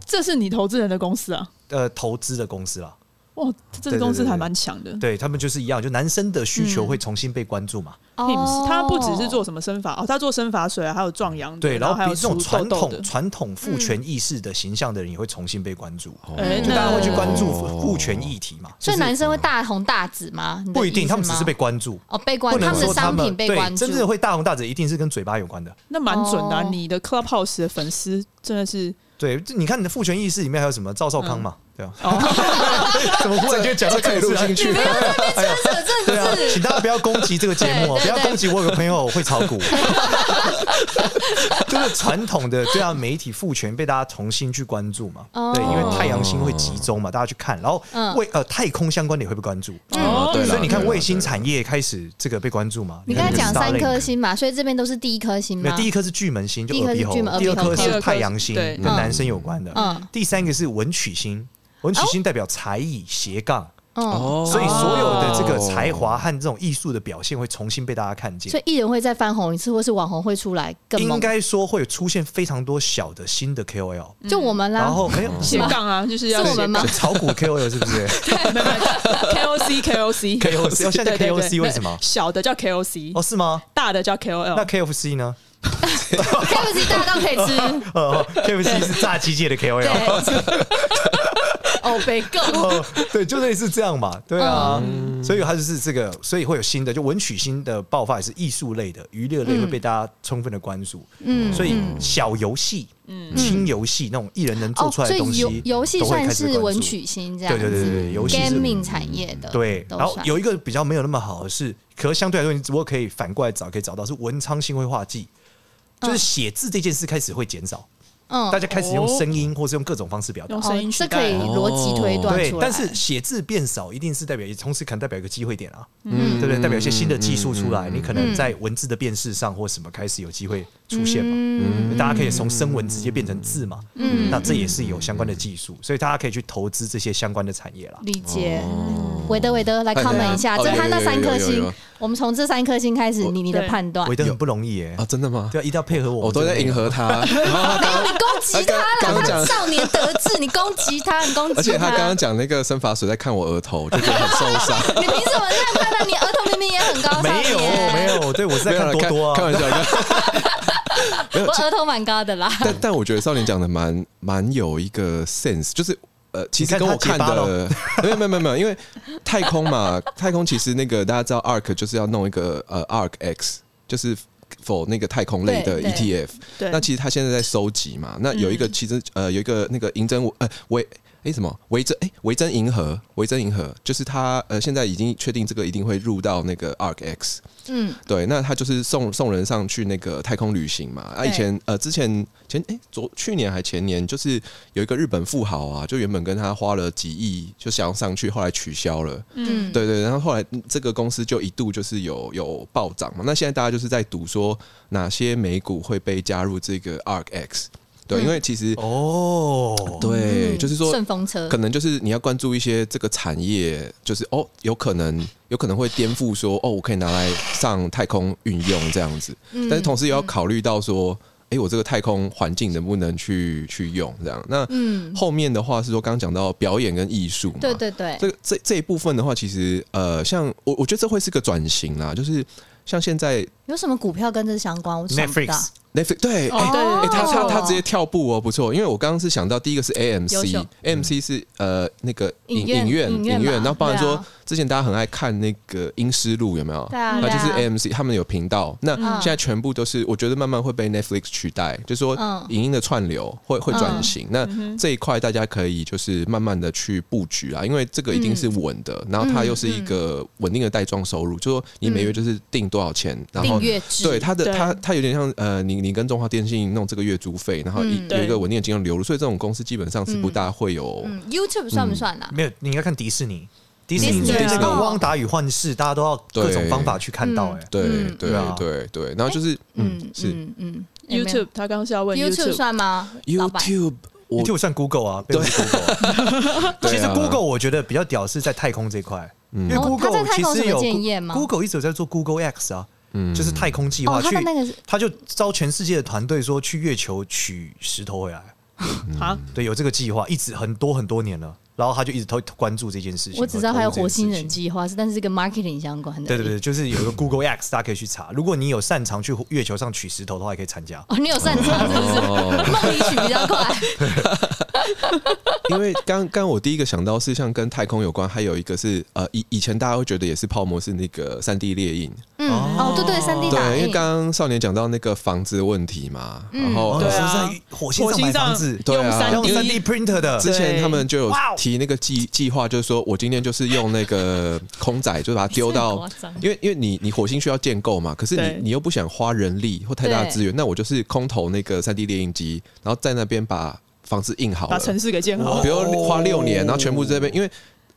S2: 这是你投资人的公司啊。
S3: 呃，投资的公司啦。
S2: 哇，这个公司还蛮强
S1: 嗯
S2: 的。
S3: 对他们就是一样，就男生的需求会重新被关注嘛。
S1: 哦
S2: Hims，他不只是做什么生发哦，他做生发水啊，还有壮阳的，
S3: 对，然
S2: 然
S3: 后
S2: 还
S3: 比
S2: 有
S3: 这种
S2: 除
S3: 传
S2: 痘痘的
S3: 统。传统父权意识的形象的人也会重新被关注，
S2: 哎
S3: 就大家会去
S2: 那
S3: 关注
S4: 哦
S3: 父权议题嘛。
S1: 嗯所以
S3: 就是
S1: 男生会大红大紫吗？你的
S3: 不一定，
S1: 意思
S3: 他们只是被
S1: 吗
S3: 关注。
S1: 哦被关
S3: 不
S1: 注，
S3: 能
S1: 们的
S3: 说他
S1: 商
S3: 们
S1: 品被
S3: 对
S1: 关注，
S3: 真正会大红大紫，一定是跟嘴巴有关的。
S2: 那蛮准的啊、
S1: 哦
S2: 你的 Clubhouse 的粉丝真的是
S1: 嗯
S3: 对，这你看你的父权意识里面还有什么赵少康嘛？对啊， 怎么忽然就讲到
S4: 这可以录进啊
S3: 去？
S1: 不要在那边扯政
S3: 对啊，
S1: 治
S3: 请，大家不要攻击这个节目哦，
S1: 对对
S3: 不要
S1: 对
S3: 攻击我有个朋友会炒股， 就是传统的这样媒体赋权被大家重新去关注嘛，
S1: 哦
S3: 对，因为太阳星会集中嘛，大家去看，然后
S1: 嗯
S3: 卫呃太空相关的也会被关注，
S4: 哦对啦
S3: 所以你看
S4: 对啦
S3: 卫星
S4: 对啦
S3: 产业开始这个被关注嘛，
S1: 你刚才讲三颗
S3: Starlink
S1: 星嘛，所以这边都是第一颗星
S3: 没
S1: 吗
S3: 有，？第一颗是巨门星，就
S1: 第一颗
S3: 耳
S1: 是
S3: 鼻喉
S1: 巨门；
S3: 第二
S1: 耳鼻喉
S3: 颗
S2: 第二
S3: 是
S2: 颗
S3: 太阳星，
S2: 对
S3: 跟男生有关的。
S1: 嗯哦
S3: 第三个是文曲星，文曲星代表才艺、斜杠，
S1: 嗯，
S4: 哦
S3: 所以所有的这个才华和这种艺术的表现会重新被大家看见
S1: 所。以艺人会再翻红一次，或是网红会出来更
S3: 应
S1: 猛，
S3: 该说会出现非常多小的新的 KOL，
S1: 就我们啦。
S3: 然后没哎有
S2: 斜杠啊，就是要
S1: 是我们吗
S3: 是炒股 KOL 是 不是
S2: KOC KOC
S3: ？KOC 哦，现
S2: 对
S3: 在
S2: 对
S3: KOC
S2: 对
S3: 为什么？
S2: 小的叫 KOC，
S3: 哦，是吗？
S2: 大的叫
S3: 那
S1: 哎
S2: KOL。
S3: KFC 呢？
S1: KFC 大到可以 吃，
S3: 呃，KFC 是炸鸡界的 KOL，
S1: 对， 哦，被够，
S3: 哦，对，就类似这样嘛，对啊，
S1: 嗯
S3: 所以它就是这个，所以会有新的，就文曲星的爆发也是艺术类的、娱乐类会被大家充分的关注，
S1: 嗯
S3: 所以小游戏、轻游戏那种艺人能做
S1: 哦，
S3: 出来
S1: 所
S3: 的
S1: 以
S3: 东西，
S1: 游游戏
S3: 都会
S1: 算
S3: 开始
S1: 是
S3: 关注
S1: 文，曲星这样
S3: 对
S1: 子，
S3: 对对对对，游戏是
S1: gaming 产业的，
S3: 对，
S1: 都
S3: 然后
S1: 算
S3: 有一个比较没有那么好的是，可相对来说，你只不过可以反过来找，可以找到是文昌星绘画技，就是写字这件事开始会减少，
S1: 嗯
S3: 大家开始用声音或是用各种方式表达
S2: 用。声
S1: 哦
S2: 音，取
S1: 这
S2: 代
S1: 可以逻辑推断
S3: 对
S1: 出来，，
S3: 但是写字变少，一定是代表，同时可能代表一个机会点啊，
S1: 嗯
S3: 对不对？代表一些新的技术出来，
S4: 嗯嗯
S3: 你可能在文字的辨识上或什么开始有机会出现嘛。大家可以从声文直接变成字嘛，
S1: 嗯
S3: 那这也是有相关的技术，所以大家可以去投资这些相关的产业啦。
S1: 理解。
S4: 哦
S1: 韦德，韦德来
S4: 哎
S1: comment 一下，
S4: 哦
S1: 这
S4: 有
S1: 他那
S4: 有
S1: 三
S4: 有
S1: 颗
S4: 有有
S1: 星
S4: 有，
S1: 我们从这三颗星开始，你你的
S2: 对
S1: 判断
S3: 韦，德很不容易耶、
S4: 啊，真的吗？
S3: 对啊，一定要配合我。
S4: 我都在迎 合他，哦然后他
S1: 没有哦
S4: 刚
S1: 你攻击他
S4: 哎刚
S1: 了，
S4: 刚
S1: 他
S4: 讲
S1: 少年得志，你攻击他，你攻击
S4: 而且他刚刚讲那个生发水在看我额头，就觉得很受伤。
S1: 你凭什么这样判断？你儿童明明也很高，
S3: 没
S1: 少
S3: 有
S1: 年
S3: 没，有，对我是在
S4: 没有
S3: 看多
S4: 啦
S3: 多
S4: 开开
S3: 啊。
S4: 玩笑。 没有
S1: 我，儿童蛮高的啦。
S4: 但但我觉得少年讲的蛮蛮有一个 sense，就是呃，其实
S3: 你看
S4: 跟
S3: 他
S4: 我看
S3: 结巴
S4: 的
S3: 咯
S4: 没有没有没有没有，因为太空嘛， 太空其实那个大家知道 ARK 就是要弄一个呃 ARK X，就是否那个太空类的
S1: 对对
S4: ETF。
S2: 对
S4: 那其实他现在在收集嘛，那有一
S3: 嗯
S4: 个其实、呃有一个那个银针呃维诶什么维珍诶维珍银河维珍银河，就是他呃现在已经确定这个一定会入到那个 ARK X。
S1: 嗯，
S4: 对，那他就是送送人上去那个太空旅行嘛。啊，
S1: 对
S4: 以前呃，之前前哎、昨去年还前年，就是有一个日本富豪啊，就原本跟他花了几亿，就想要上去，后来取消了。
S1: 嗯
S4: 对对，然后后来嗯这个公司就一度就是有有暴涨嘛。那现在大家就是在赌说哪些美股会被加入这个 ARK X。对，因为其实、
S3: 哦，
S4: 对，
S1: 嗯
S4: 就是说
S1: 顺风车
S4: 可能就是你要关注一些这个产业，就是哦，有可能有可能会颠覆说哦，我可以拿来上太空运用这样子，
S1: 嗯
S4: 但是同时也要考虑到说，诶，我这个太空环境能不能去去用这样？那
S1: 嗯
S4: 后面的话是说，刚刚讲到表演跟艺术嘛，
S1: 对对对，
S4: 这个这这一部分的话，其实呃，像我我觉得这会是个转型啦，就是像现在
S1: 有什么股票跟这相关？我想不到
S3: Netflix
S4: Netflix 对，
S2: 哦对
S4: 哎、
S2: 对
S4: 他他
S1: 哦
S4: 他直接跳步哦，不错，因为我刚刚是想到第一个是
S1: 优秀
S4: AMC，AMC 是呃那个影
S1: 影院
S4: 影院
S1: 影院嘛
S4: 然后包含说、
S1: 对啊
S4: 之前大家很爱看那个《英诗录》有没有？
S1: 对啊
S4: 那
S1: 对
S4: 就是
S1: 啊
S4: AMC 他们有频道，那
S1: 嗯
S4: 现在全部都是我觉得慢慢会被 Netflix 取代，就是说
S1: 嗯
S4: 影音的串流会会转型，那这一块大家可以就是慢慢的去布局啊，因为这个
S1: 嗯
S4: 一定是稳的，然后它又是一个稳定的带状收入，就说你每月就是定多少钱，然
S1: 嗯
S4: 后
S1: 订阅制
S4: 对它的
S2: 对
S4: 它它有点像呃，你你跟中华电信弄这个月租费，然后一、
S1: 嗯
S4: 有一个稳定的金融流入，所以这种公司基本上是不大会有。
S1: 嗯，YouTube 算不算啊？
S3: 没有，你应该看迪士尼，迪士
S1: 迪
S3: 尼
S1: 士尼
S3: 对
S1: 啊
S3: 这个《汪达与幻视》，大家都要各种
S4: 对
S3: 方法去看到，哎，
S4: 对
S1: 嗯
S4: 对
S3: 对啊
S4: 对对，然后就是嗯
S1: 嗯
S4: 是
S1: 嗯嗯
S2: YouTube，他刚刚是要问
S1: YouTube 算吗？老板
S4: YouTube，我
S3: YouTube 算 Google
S1: 嗯
S3: 啊，对，Google 啊。
S4: 对啊
S3: 其实 Google 我觉得比较屌是在太空这块，因为
S1: 哦它
S3: Google
S1: 在太
S3: 其
S1: 空
S3: 实有
S1: 什么建业吗
S3: Google 一直有在做 Google X 啊，
S4: 嗯
S3: 就是太空计划
S1: 哦，
S3: 去
S1: 他的，那个是
S3: 他就招全世界的团队说去月球取石头回来，
S2: 啊，
S3: 对，有这个计划，一直很多很多年了，然后他就一直都关注这件事情。
S1: 我只知道还有火星人
S3: 机。
S1: 计划，是但是是跟 marketing 相关的。
S3: 对对对，就是有一个 Google X，大家可以去查。如果你有擅长去月球上取石头的话，也可以参加。
S1: 哦，你有擅长是不是？
S4: 哦
S1: 梦里取比较快。
S4: 因为刚刚我第一个想到是像跟太空有关，还有一个是呃以以前大家会觉得也是泡沫是那个三 D 列印，
S1: 嗯，哦，对对，三 D 打
S4: 对，因为
S1: 印，
S4: 刚刚少年讲到那个房子的问题嘛，
S1: 嗯
S4: 然后
S3: 哦
S2: 对啊
S3: 是在火星
S2: 火
S3: 上
S2: 星
S3: 买
S2: 上
S3: 房子，
S4: 对啊
S2: 用三
S3: 用三 D printer 的，
S4: 之前他们就有
S3: 哇哦
S4: 提那个计计划，就是说我今天就是用那个空载，就把它丢
S1: 这
S4: 到
S1: 很夸张，
S4: 因为因为你你火星需要建构嘛，可是
S2: 对
S4: 你你又不想花人力或太大的资源，那我就是空投那个三 D 列印机，然后在那边把房子印好
S2: 把
S4: 了，
S2: 城市给建好
S3: 哇。
S4: 比如花六年，然后全部在这边，因为。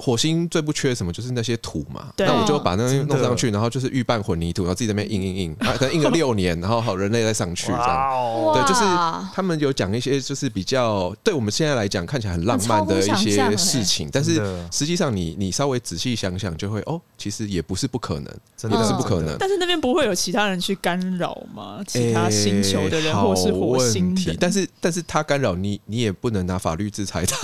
S4: 火星最不缺什么，就是那些土嘛。
S2: 对
S4: 那我就把那
S3: 真的
S4: 弄上去，然后就是预拌混凝土，然后自己在那边印印印，啊，可能印个六年，然后好人类再上去这样。
S3: 哦，
S4: 对，就是
S1: 哇
S4: 他们有讲一些就是比较对我们现在来讲看起来很浪漫的一
S1: 很超乎想象
S4: 些
S1: 欸
S4: 事情，但
S3: 真
S4: 是
S3: 的
S4: 实际上你你稍微仔细想想，就会哦，其实也不是不可能，
S3: 真
S4: 也
S3: 的
S4: 不是
S1: 嗯
S4: 不可能。
S2: 但是那边不会有其他人去干扰吗？其他星球的人、
S4: 欸
S2: 或是
S4: 好
S2: 火星
S4: 问题
S2: 人，
S4: 但是但是他干扰你，你也不能拿法律制裁他。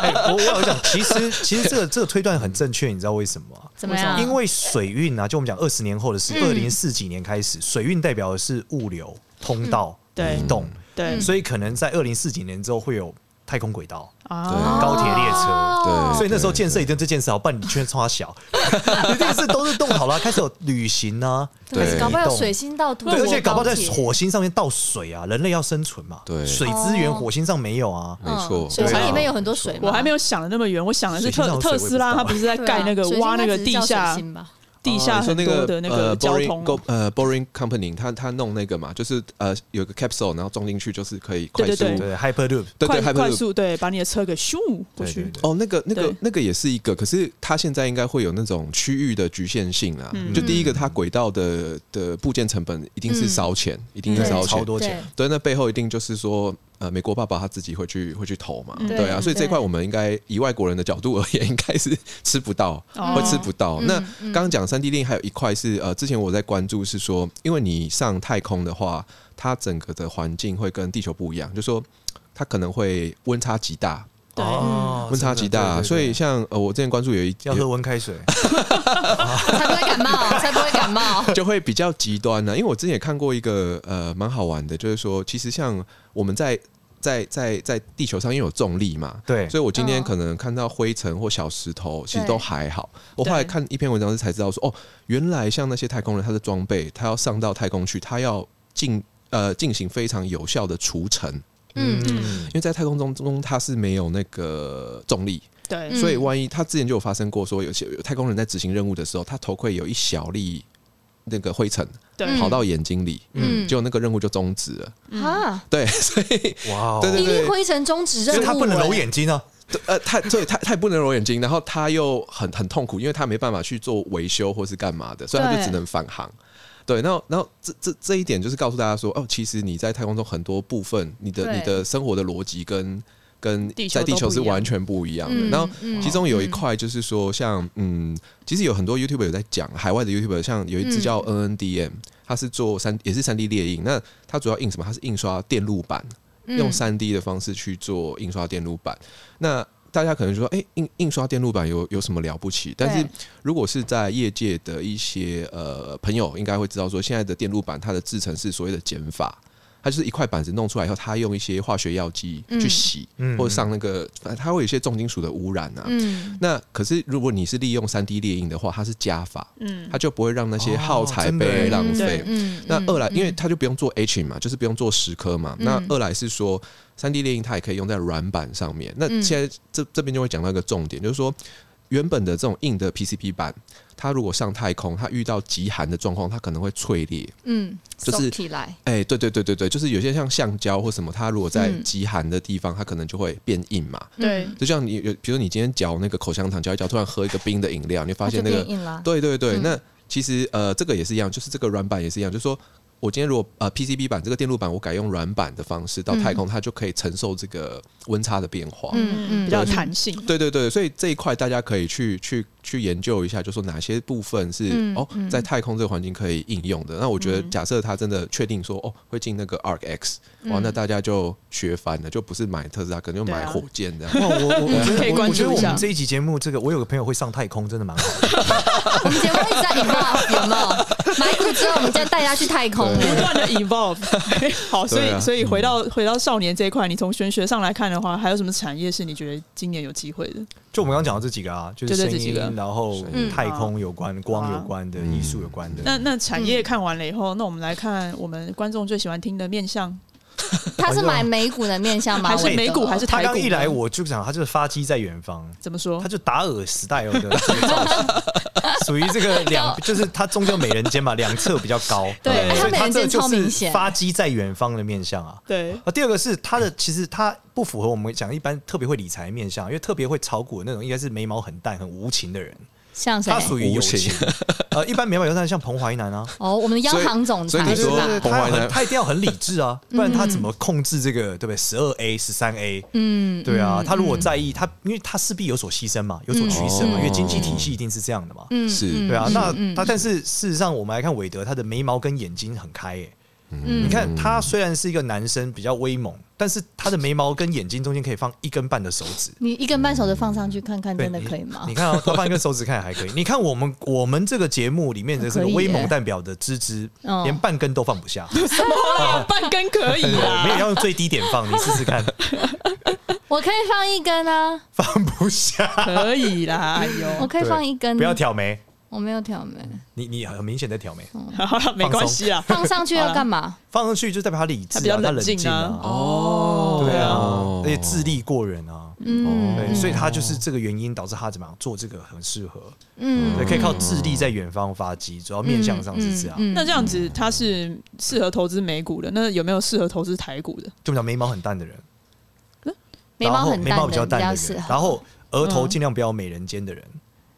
S3: 哎我我有讲，其实其实这个这个推断很正确，你知道为什么吗？
S1: 怎么
S2: 啊
S1: 样？
S3: 因为水运啊，就我们讲二十年后的事，二
S1: 嗯
S3: 零四几年开始，水运代表的是物流、通道、
S2: 嗯对
S3: 移动，
S4: 嗯
S2: 对、
S3: 所以可能在二零四几年之后会有太空轨道，
S2: 啊，
S3: 高铁列车
S1: 哦
S3: 所以那时候建设一定这件事好，不然你圈超小， 你这个事都是动好了，啊开始有旅行啊，
S4: 对
S1: 对，搞不好有水星到土，
S3: 对，而且搞不好在
S1: 高铁
S3: 火星上面倒水啊，人类要生存嘛，
S4: 对
S3: 水资源
S1: 哦
S3: 火星上没有啊，
S4: 没错
S1: 嗯水
S3: 对
S1: 星
S3: 啊
S1: 里面有很多水嘛，
S2: 我还没有想的那么远，我想的是
S3: 水
S2: 特
S3: 星上有水
S2: 特斯拉，
S3: 我也不知道
S2: 他不是在
S1: 对啊
S2: 盖那个、
S1: 水星
S2: 挖那个
S1: 它只是
S2: 地
S1: 叫
S2: 下
S1: 水星吧
S2: 地下
S4: 你说
S2: 很
S4: 那
S2: 多
S4: 个
S2: 的那
S4: 呃
S2: 个交通啊
S4: Boring Co- 呃 Boring Company，他他弄那个嘛，就是呃有个 capsule，然后装进去就是可以快
S2: 对
S4: 速
S2: 对
S3: 对，Hyperloop，
S4: 对
S2: 快
S4: 对，
S2: 快
S4: Hyperloop
S2: 速对，把你的车给咻过
S3: 对
S2: 去
S3: 对。对，
S4: 哦，那个、那个
S2: 对、
S4: 那个也是一个，可是它现在应该会有那种区域的局限性啦。
S2: 嗯
S4: 就第一个，它轨道的的部件成本一定是烧钱，一定
S1: 嗯
S4: 是
S1: 对
S4: 烧
S3: 超
S4: 钱。
S3: 多钱
S1: 对。
S4: 对，那背后一定就是说，呃，美国爸爸他自己会去会去投嘛，
S2: 嗯
S4: 对啊，
S1: 对
S4: 所以这
S1: 对
S4: 块我们应该以外国人的角度而言，应该是吃不到，
S2: 哦
S4: 会吃不到。
S1: 嗯
S4: 那
S1: 嗯
S4: 刚刚讲三 D 链还有一块是呃，之前我在关注是说，因为你上太空的话，它整个的环境会跟地球不一样，就说它可能会温差极大，
S2: 对
S1: 嗯
S3: 哦
S4: 温差极大，所以像呃，我之前关注有一
S3: 要喝温开 水，
S1: 才不会感 冒，才不会感冒。
S4: 就会比较极端呢、啊因为我之前也看过一个呃蛮好玩的，就是说其实像我们在在在在地球上，因为有重力嘛，
S3: 对
S4: 所以我今天
S1: 嗯
S4: 可能看到灰尘或小石头，其实都还好。
S3: 嗯
S4: 我
S2: 对
S4: 后来看一篇文章是才知道说，哦，原来像那些太空人，他的装备，他要上到太空去，他要进呃进行非常有效的除尘，
S1: 嗯，
S3: 嗯，
S4: 因为在太空中中它是没有那个重力，
S2: 对
S1: 嗯
S4: 所以万一他之前就有发生过说，有些有太空人在执行任务的时候，他头盔有一小粒那个灰尘
S2: 对
S4: 跑到眼睛里，
S1: 嗯
S4: 结果那个任务就终止了。
S3: 嗯
S1: 啊，
S4: 对， 所以
S3: 哇哦，
S4: 对对
S1: 一粒灰尘终止任
S3: 所
S1: 务，欸
S3: 以他不能揉眼睛啊，
S4: 呃，他所以他他也不能揉眼睛，然后他又很很痛苦，因为他没办法去做维修或是干嘛的，所以他就
S1: 对
S4: 只能返航。对，然后然后这这这一点就是告诉大家说，哦，其实你在太空中很多部分，你的
S1: 对
S4: 你的生活的逻辑跟跟
S2: 地球
S4: 在地
S2: 都
S4: 球
S2: 不
S4: 是
S2: 一样
S4: 完全不一样的。
S1: 嗯
S4: 然后
S1: 嗯
S4: 其中有一块就是说，像嗯，其实有很多 YouTube 有在讲海外的 YouTube，像有一支叫
S1: 嗯
S4: NNDM，、它是做三也是三 D 列印，那它主要印什么？它是印刷电路板，
S1: 嗯
S4: 用三 D 的方式去做印刷电路板。那大家可能就说，哎、印印刷电路板有有什么了不起？但是
S1: 对
S4: 如果是在业界的一些呃朋友，应该会知道说，现在的电路板它的制成是所谓的减法。它就是一块板子弄出来以后，它用一些化学药剂去洗，
S3: 嗯
S4: 或者上那个，呃它会有一些重金属的污染啊。
S1: 嗯，
S4: 那可是如果你是利用三 D 列印的话，它是加法，
S2: 嗯
S4: 它就不会让那些
S3: 哦
S4: 耗材
S3: 真的耶
S4: 被浪
S1: 嗯
S4: 费。
S1: 嗯，嗯
S4: 那二来，
S1: 嗯
S4: 因为它就不用做 H 嘛，就是不用做十颗嘛。那二来是说，三 D 列印它也可以用在软板上面。那
S1: 嗯
S4: 现在这这边就会讲到一个重点，就是说，原本的这种硬的 PCB 板，它如果上太空，它遇到极寒的状况，它可能会脆裂。
S1: 嗯，
S4: 就是
S1: 收起来，
S4: 哎、对对对对对，就是有些像橡胶或什么，它如果在
S1: 嗯
S4: 极寒的地方，它可能就会变硬嘛。
S2: 对
S4: 就像你有，比如你今天嚼那个口香糖，嚼一嚼，突然喝一个冰的饮料，你会发
S1: 它啊就
S4: 现那个
S1: 变硬了，
S4: 对对对，那其实呃，这个也是一样，就是这个软板也是一样，就是说我今天如果呃 PCB 板这个电路板我改用软板的方式到太空，它就可以承受这个温差的变化。
S2: 嗯
S1: 嗯嗯
S2: 比较有弹性。
S4: 对对对，所以这一块大家可以去去去研究一下，就说哪些部分是、
S1: 嗯
S4: 哦
S1: 嗯
S4: 在太空这个环境可以应用的。那我觉得，假设它真的确定说哦会进那个 Arc X，、哇，那大家就学翻了，就不是买特斯拉，可能就
S2: 对
S4: 买
S2: 啊
S4: 火箭这样。
S3: 哇，我我我觉
S2: 可以
S3: 得我
S2: 关
S3: 我觉得
S2: 注一
S3: 我
S2: 下
S3: 们这一
S1: 嗯
S3: 集节目，这个我有个朋友会上太空，真的蛮好的。
S1: 我们节目一直在引爆，有没有？买股之后，我们就带他去太空 了。
S2: 不断的 evolve。好， 所
S4: 对
S2: 以
S4: 啊
S2: 所以回到回到少年这一块，你从玄学上来看的话，还有什么产业是你觉得今年有机会的？
S3: 就我们刚刚讲到这几个啊，就是
S2: 就这
S3: 声
S2: 几
S3: 音
S2: 个，
S3: 然后
S1: 嗯
S3: 太空有关、光有
S2: 好啊
S3: 关的、
S4: 嗯
S3: 艺术有关的。
S2: 那那产业看完了以后，那我们来看我们观众最喜欢听的面向，
S1: 他是买美股的面向吗？
S2: 还是
S1: 我觉得
S2: 美股还是
S3: 他
S2: 台股
S3: 刚
S2: 呢？
S3: 一来，我就想他就是发机在远方，
S2: 怎么说
S1: 哦
S3: 他？就达尔时代哦的这个造型，属于这个 两，就是他中间有美人尖嘛，两侧比较高，
S1: 对哎
S3: 所以
S1: 他美人
S3: 这
S1: 尖
S3: 就
S1: 超明
S3: 是
S1: 显
S3: 发机在远方的面相啊。
S2: 对，
S3: 啊，第二个是他的，其实他不符合我们讲一般特别会理财的面相，因为特别会炒股的那种，应该是眉毛很淡、很无情的人，
S1: 像谁
S3: 他？属于有
S4: 无情
S3: 情。呃，一般眉毛有淡，像彭淮南啊，
S1: 哦，我们的央行总
S4: 所以
S1: 裁
S4: 你
S1: 是
S4: 说
S1: 吧？
S4: 彭
S3: 他
S4: 淮
S3: 很
S4: 南
S3: 他一定要很理智 啊，不然他怎么控制这个对不对？十二 A、十三 A，
S1: 嗯，
S3: 对啊，
S1: 嗯
S3: 他如果在意他，因为他势必有所牺牲嘛，有所取舍嘛，
S4: 嗯
S3: 因为经济体系一定是这样的嘛。
S1: 嗯
S4: 是
S1: 嗯
S3: 对啊，
S1: 嗯
S3: 那
S1: 嗯
S3: 他但是事实上，我们来看韦德，他的眉毛跟眼睛很开耶。
S1: 嗯
S3: 你看他虽然是一个男生，比较威猛，但是他的眉毛跟眼睛中间可以放一根半的手指。
S1: 你一根半手指放上去看看，
S3: 对
S1: 真的
S3: 你
S1: 可以吗
S3: 你？看啊，他放一根手指看还可以。你看我们我们这个节目里面的这个
S1: 可以耶
S3: 威猛代表的芝芝，
S1: 嗯
S3: 连半根都放不下。
S2: 啊半根可以
S3: 我没有
S2: 啦。
S3: 要用最低点放，你试试看，
S1: 我可以放一根啊，
S3: 放不下。
S2: 可以啦，哎
S1: 我
S2: 呦，
S1: 可以放一根。
S3: 不要，挑眉，
S1: 我没有挑眉，
S3: 你你很明显在挑眉，
S2: 好了，没关系啦。
S1: 放上去要干嘛？
S3: 放上去就代表他理智、
S2: 他
S3: 啊，
S2: 比较
S3: 他
S2: 冷
S3: 冷
S2: 静
S3: 静
S2: 啊
S3: 啊，
S4: 哦
S3: 对啊
S4: 哦，
S3: 而且智力过人啊。
S1: 嗯，
S3: 对，
S1: 嗯
S3: 所以他就是这个原因导致他怎么样做这个很适合，
S1: 嗯
S3: 哦对，可以靠智力在远方发迹，主要面向上是这样。
S1: 嗯嗯嗯
S2: 那这样子，他是适合投资美股的，那有没有适合投资台股的？
S3: 就讲眉毛很淡的人，
S1: 眉毛
S3: 然后
S1: 很
S3: 眉
S1: 淡
S3: 毛
S1: 的
S3: 比较淡的
S1: 适
S3: 人，
S1: 合，
S3: 然后额头尽量不要美人尖的人，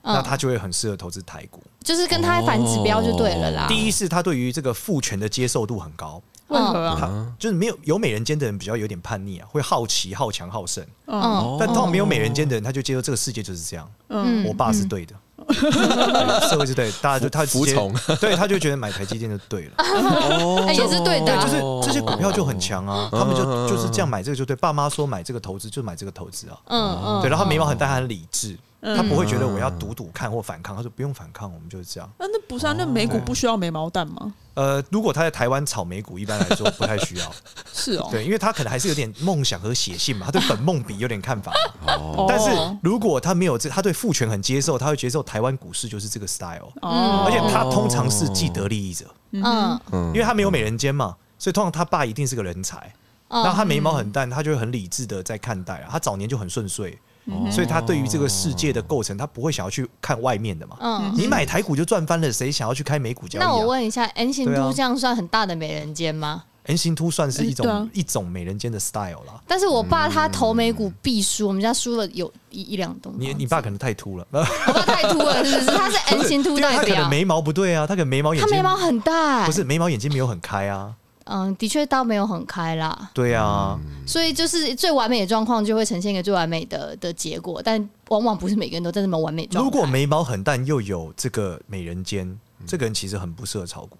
S3: 那他就会很适合投资台股。
S1: 就是跟他反指标就对了啦。
S3: 哦第一是他对于这个父权的接受度很高，
S2: 为何啊？
S3: 他就是没有有美人尖的人比较有点叛逆啊，会好奇、好强、好胜。
S2: 嗯
S1: 哦
S3: 但通常没有美人尖的人，他就接受这个世界就是这样。
S2: 嗯，
S3: 我爸是对的，对社会是对的，大家就
S4: 服
S3: 他直接
S4: 服，
S3: 对，他就觉得买台积电就对了，
S4: 哦
S1: 哎也是对的啊
S3: 对，就是这些股票就很强啊，他们就就是这样买这个就对，爸妈说买这个投资就买这个投资啊，
S1: 嗯嗯，
S3: 对，然后他眉毛很淡，他很理智，他不会觉得我要赌赌看或反抗，他说不用反抗，我们就是这样。
S2: 那那不是啊？那美股不需要眉毛蛋吗？
S3: 呃，如果他在台湾炒美股，一般来说不太需要，
S2: 是哦，
S3: 对，因为他可能还是有点梦想和写信嘛，他对本梦比有点看法。
S2: 哦，
S3: 但是如果他没有这，他对父权很接受，他会接受台湾股市就是这个 style，
S2: 哦，
S3: 而且他通常是既得利益者，
S1: 嗯
S4: 嗯
S3: 因为他没有美人尖嘛，所以通常他爸一定是个人才。
S1: 嗯，
S3: 那他眉毛很淡，他就会很理智的在看待啊。他早年就很顺遂，
S1: 嗯哦
S3: 所以他对于这个世界的构成，他不会想要去看外面的嘛。
S1: 嗯。
S3: 你买台股就赚翻了，谁想要去开美股交易、啊？
S1: 那我问一下，N 型
S3: 对啊
S1: 都这样算很大的美人尖吗？
S3: ，N 型秃算是一种、
S2: 哎对啊
S3: 一种美人尖的 style 啦。
S1: 但是我爸他投美股必输，我们家输了有一一两栋房子。
S3: 嗯你你爸可能太秃了，
S1: 我爸太秃了，是不是？他 是 N 型秃
S3: 因为他
S1: 代
S3: 可能
S1: 表，
S3: 眉毛不对啊，他可能眉毛眼
S1: 他
S3: 睛
S1: 眉毛很大、欸
S3: 不是眉毛眼睛没有很开啊，
S1: 嗯，的确刀没有很开啦，
S3: 对
S4: 嗯
S3: 啊，
S1: 所以就是最完美的状况就会呈现一个最完美的的结果，但往往不是每个人都在这么完美状态。
S3: 如果眉毛很淡又有这个美人尖，
S2: 嗯
S3: 这个人其实很不适合炒股。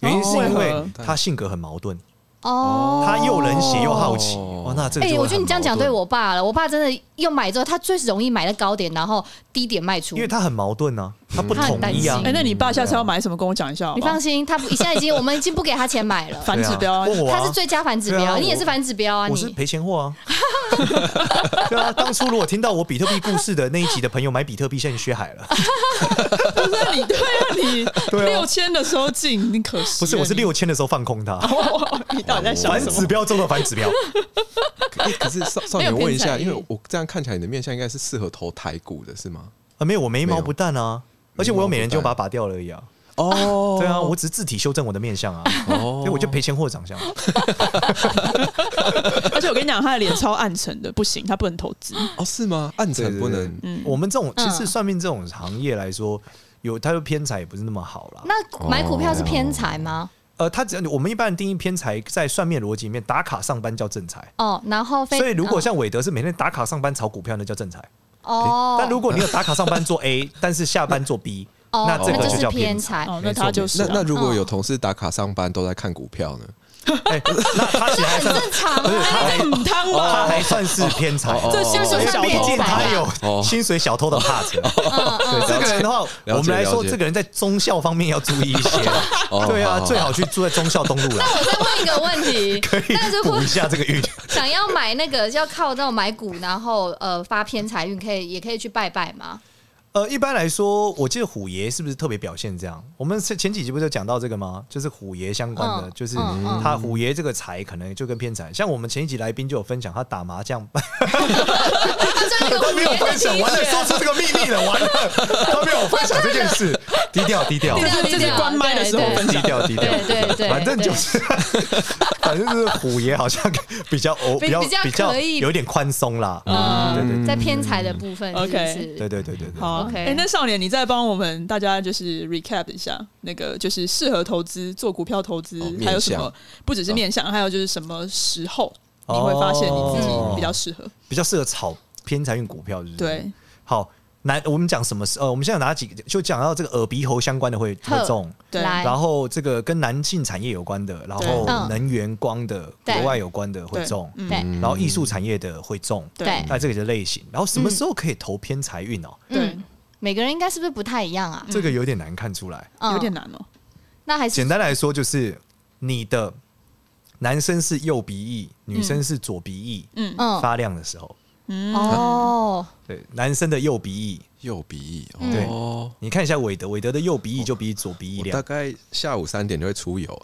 S3: 原因是因
S2: 为
S3: 为
S2: 何
S3: 他性格很矛盾，
S1: 哦，
S3: 他又冷血又好奇，
S4: 哦
S3: 哇，那这个
S1: 哎、
S3: 就会
S1: 我觉得
S3: 很
S1: 你这样讲
S3: 矛盾
S1: 对我爸了，我爸真的又买之后，他最容易买到高点，然后低点卖出
S3: 因。为他很矛盾啊，他不
S1: 他很
S3: 统
S1: 担
S3: 一啊
S1: 心。
S2: 嗯哎，那你爸下次要买什么，跟我讲一下好
S1: 嗯你
S2: 不好
S1: 放心，他不现在已 经我们已经不给他钱买了，
S2: 反指标啊
S3: 对啊问我啊
S1: 他是最佳反指
S3: 对
S1: 标，
S3: 啊
S1: 你也是反指标啊，
S3: 我是
S1: 你
S3: 赔钱货啊。 对啊，当初如果听到我比特币故事的那一集的朋友买比特币，现在血 海了。
S2: 不是啊你对啊，你
S3: 对啊
S2: 六千的时候进，你可惜
S3: 不是，
S2: 了
S3: 我是
S1: 啊
S2: 你。
S3: 六千的时候放空它，
S1: 哦
S2: 你到底在想
S3: 反
S2: 什
S3: 指
S2: 么？
S3: 标中的反指标。
S4: 哎可是少少
S2: 没有
S4: 年问一
S2: 偏
S4: 下，
S2: 袒力
S4: 因为我这样看起来你的面相应该是适合投台股的，是吗？
S3: 啊，没有，我眉毛不淡啊，而且我有美人就把它拔掉了而已啊。
S4: 哦
S3: 对啊，我只是字体修正我的面相啊，
S4: 哦
S3: 所以我就赔钱货长相。
S2: 而且我跟你讲，他的脸超暗沉的，不行，他不能投资。
S4: 哦是吗？暗沉不能
S3: 我们这种其实
S1: 嗯
S3: 算命这种行业来说，有它的偏财也不是那么好啦。
S1: 那买股票是偏财吗？
S3: 呃，他只要我们一般人定义偏财，在算命逻辑里面，打卡上班叫正财。
S1: 哦，然后非
S3: 所以如果像韦德是每天打卡上班炒股票，那叫正财。
S1: 哦，
S3: 但如果你有打卡上班做 A，但 是下班做 B，
S1: 哦
S3: 那这
S1: 那
S3: 个
S1: 就
S3: 就是叫
S1: 偏
S3: 偏财。
S1: 财。
S2: 哦，
S3: 没
S2: 那
S3: 错
S2: 他就是
S4: 那
S2: 啊
S4: 那如果有同事打卡上班都在看股票呢？
S3: 哎，那他其 实还算，
S1: 正常
S3: 而且
S1: 啊。
S3: 他还
S2: 哎
S3: 哦
S2: 很汤
S3: 他
S2: 吧？
S3: 还算是偏财，
S4: 哦这薪
S3: 因
S4: 水
S3: 为
S1: 小偷
S3: 毕竟
S1: 吧
S3: 他
S4: 哦
S3: 有薪水小偷的 part。
S1: 嗯嗯，
S3: 对这个人的话，
S4: 了解
S3: 我们来说，
S4: 了解
S3: 这个人在忠孝方面要注意一些。
S4: 哦
S3: 对
S4: 好
S3: 啊，
S4: 好
S3: 最好去住在忠孝东路啦，
S1: 我再问一个问题，
S3: 可以
S1: 但是
S3: 补
S1: 会
S3: 一下这个运。
S1: 想要买那个要靠那种买股，然后呃发偏财运，可以也可以去拜拜吗？
S3: 呃，一般来说，我记得虎爷是不是特别表现这样？我们前前几集不是有讲到这个吗？就是虎爷相关的，
S1: 嗯
S3: 就是
S1: 嗯嗯
S3: 他虎爷这个财可能就跟偏财，像我们前一集来宾就有分享，他打麻将，
S1: 他就那个
S3: 他
S1: 五
S3: 没有
S1: 年的
S3: 分享，
S1: 情
S3: 完了
S1: 缘
S3: 说出这个秘密了， 完了，他没有分享这件事，低调低调
S1: 低调
S2: 这是关麦的时候分
S3: 低
S2: 享。
S3: 调低调，
S1: 对对对
S3: 反正就是， 反正就是虎爷好像比较哦
S1: 比
S3: 比较
S1: 比较
S3: 比较
S1: 可以
S3: 有点宽松啦，
S1: 嗯
S3: 对对对
S1: 在偏财的部分是不
S2: OK
S1: 是
S3: 对对对对对。
S2: 好啊
S1: OK
S2: 哎、那少年，你再帮我们大家就是 recap 一下，那个就是适合投资做股票投资，
S4: 哦面
S2: 还有什
S4: 向
S2: 么？不只是面
S3: 哦
S2: 向，还有就是什么时候你会发现你自己比较适合？
S3: 比较适合炒偏财运股票，是不是？
S2: 对，
S3: 好，来我们讲什么事？呃，我们现在有哪几个？就讲到这个耳鼻喉相关的会
S1: 呵
S3: 会中，
S2: 对
S1: 来
S3: 然后这个跟男性产业有关的，然后
S1: 嗯
S3: 能源光的、
S1: 对
S3: 国外有关的会
S2: 对
S3: 中，
S2: 嗯
S1: 对
S3: 然后艺术产业的会中，
S1: 对
S3: 那这个就是类型。然后什么时候可以投偏财运哦？
S2: 对嗯
S1: 嗯，每个人应该是不是不太一样啊？
S3: 这个有点难看出来。
S1: 嗯
S2: 有点难哦。
S1: 那 还是
S3: 简单来说，就是你的男生是右鼻翼，女生是左鼻翼，
S2: 嗯
S1: 嗯
S3: 发嗯亮的时候，
S1: 哦，
S3: 对，男生的右鼻翼。
S4: 右鼻翼
S1: 嗯
S4: 哦，
S3: 你看一下韦德，韦德的右鼻翼就比左鼻翼
S4: 我
S3: 亮
S4: 大。概下午三点就会出游，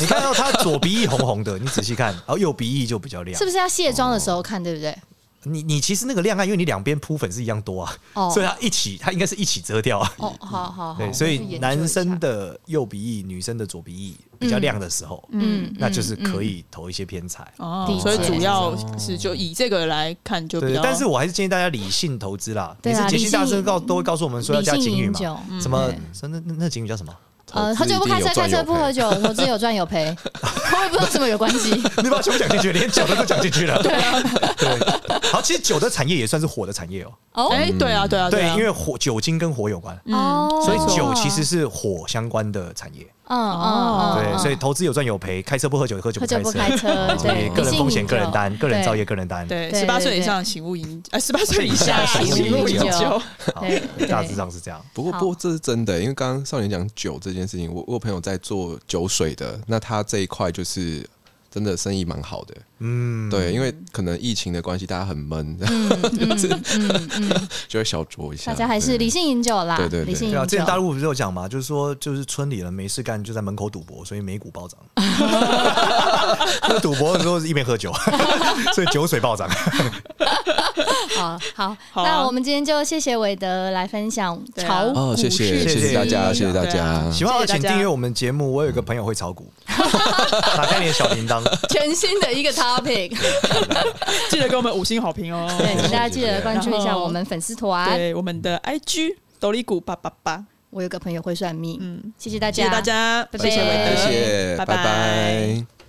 S3: 你看到他左鼻翼红红的，你仔 细看，然后右鼻翼就比较亮
S1: 是。不是要卸妆的时候看，对不对？
S3: 你你其实那个亮暗，啊因为你两边铺粉是一样多啊，
S1: 哦
S3: 所以它一起，它应该是一起遮掉啊。
S1: 哦，好好好
S3: 对，，所以男生的右鼻翼，女生的左鼻翼比较亮的时候，
S1: 嗯，
S3: 那就是可
S1: 以
S3: 以投一些偏财。
S2: 哦
S1: 理，解
S2: 所以主要是就以这个来看就比
S3: 对，
S2: 较，
S3: 但是我还是建议大家理性投资啦。
S1: 对啊
S3: 每次杰西大师告
S1: 理性
S3: 都会告诉我们说要加
S1: 嗯
S3: 警语
S1: 理性饮酒
S3: 嘛，
S1: 嗯
S3: 什么
S1: 对
S3: 什么那那警语叫什么？
S1: 呃，
S4: 投
S1: 喝
S4: 资
S1: 酒不
S4: 一定
S1: 开
S4: 有
S1: 车，开
S4: 赚有
S1: 车不喝
S4: 赔
S1: 酒，投资有赚有 赔，我也不知道什么有关系。
S3: 你把全部讲进去，连酒的都讲进去了。对
S1: 啊
S3: 对，好，其实酒的产业也算是火的产业哦。
S1: 哦
S2: 哎、对啊，对啊，
S3: 对
S2: 啊，，嗯
S3: 因为火酒精跟火有关。
S1: 哦，
S3: 所以酒其实是火相关的产业，
S1: 嗯嗯
S2: 哦
S1: 嗯，
S3: 对，
S1: 嗯
S3: 所以投资有赚有赔，开车不喝酒，喝酒
S1: 喝
S3: 不
S1: 酒
S3: 开
S1: 不
S3: 车，
S1: 开车，
S3: 所
S1: 对
S3: 以，个人风险个人担，个人
S1: 对
S3: 造业个人担，
S2: 对，
S1: 对
S2: 十八岁以
S1: 对
S2: 上请勿饮，呃，十八岁以
S3: 下
S2: 下
S3: 请
S2: 请
S1: 勿
S2: 勿
S1: 饮
S2: 饮
S1: 酒
S2: 酒。
S3: 好
S1: 对对
S3: 大致上是这样。
S4: 不过，
S1: 好
S4: 不过这是真的欸、因为刚刚少年讲酒这件事情，我我有朋友在做酒水的，那他这一块就是真的生意蛮好的，
S3: 嗯，
S4: 对，因为可能疫情的关系，大家很闷，
S1: 嗯
S4: 就会小酌一下。
S1: 大家还是
S4: 对
S1: 理性饮酒啦，
S4: 对对对
S1: 理性饮
S3: 对啊，
S1: 酒。
S3: 之前大陆不是有讲嘛，就是说就是村里人没事干就在门口赌博，所以美股暴 涨。那赌博的时候是一边喝酒， 所以酒水暴涨。
S1: 好好，
S2: 好啊
S1: 那我们今天就谢谢韦德来分享
S2: 对啊
S1: 炒股
S4: 哦，谢谢
S1: 市
S4: 谢谢大家，谢谢大
S2: 对啊
S4: 家，
S3: 喜欢我
S2: 谢谢大
S3: 请
S2: 家
S3: 订阅我们节目。我有一个朋友会炒 股，打开你的小铃铛。
S1: 全新的一个 topic，
S2: 记得给我们五星好评哦。
S1: 对，请大家记得关注一下
S2: 然后
S1: 我们粉丝团。
S2: 对，我们的 IG 斗笠股八八八，
S1: 我有个朋友会算命，
S2: 嗯
S1: 谢谢大家，
S2: 谢谢大家，
S1: 拜拜
S2: 谢谢韦德，
S4: 谢谢，拜
S2: 拜
S4: 拜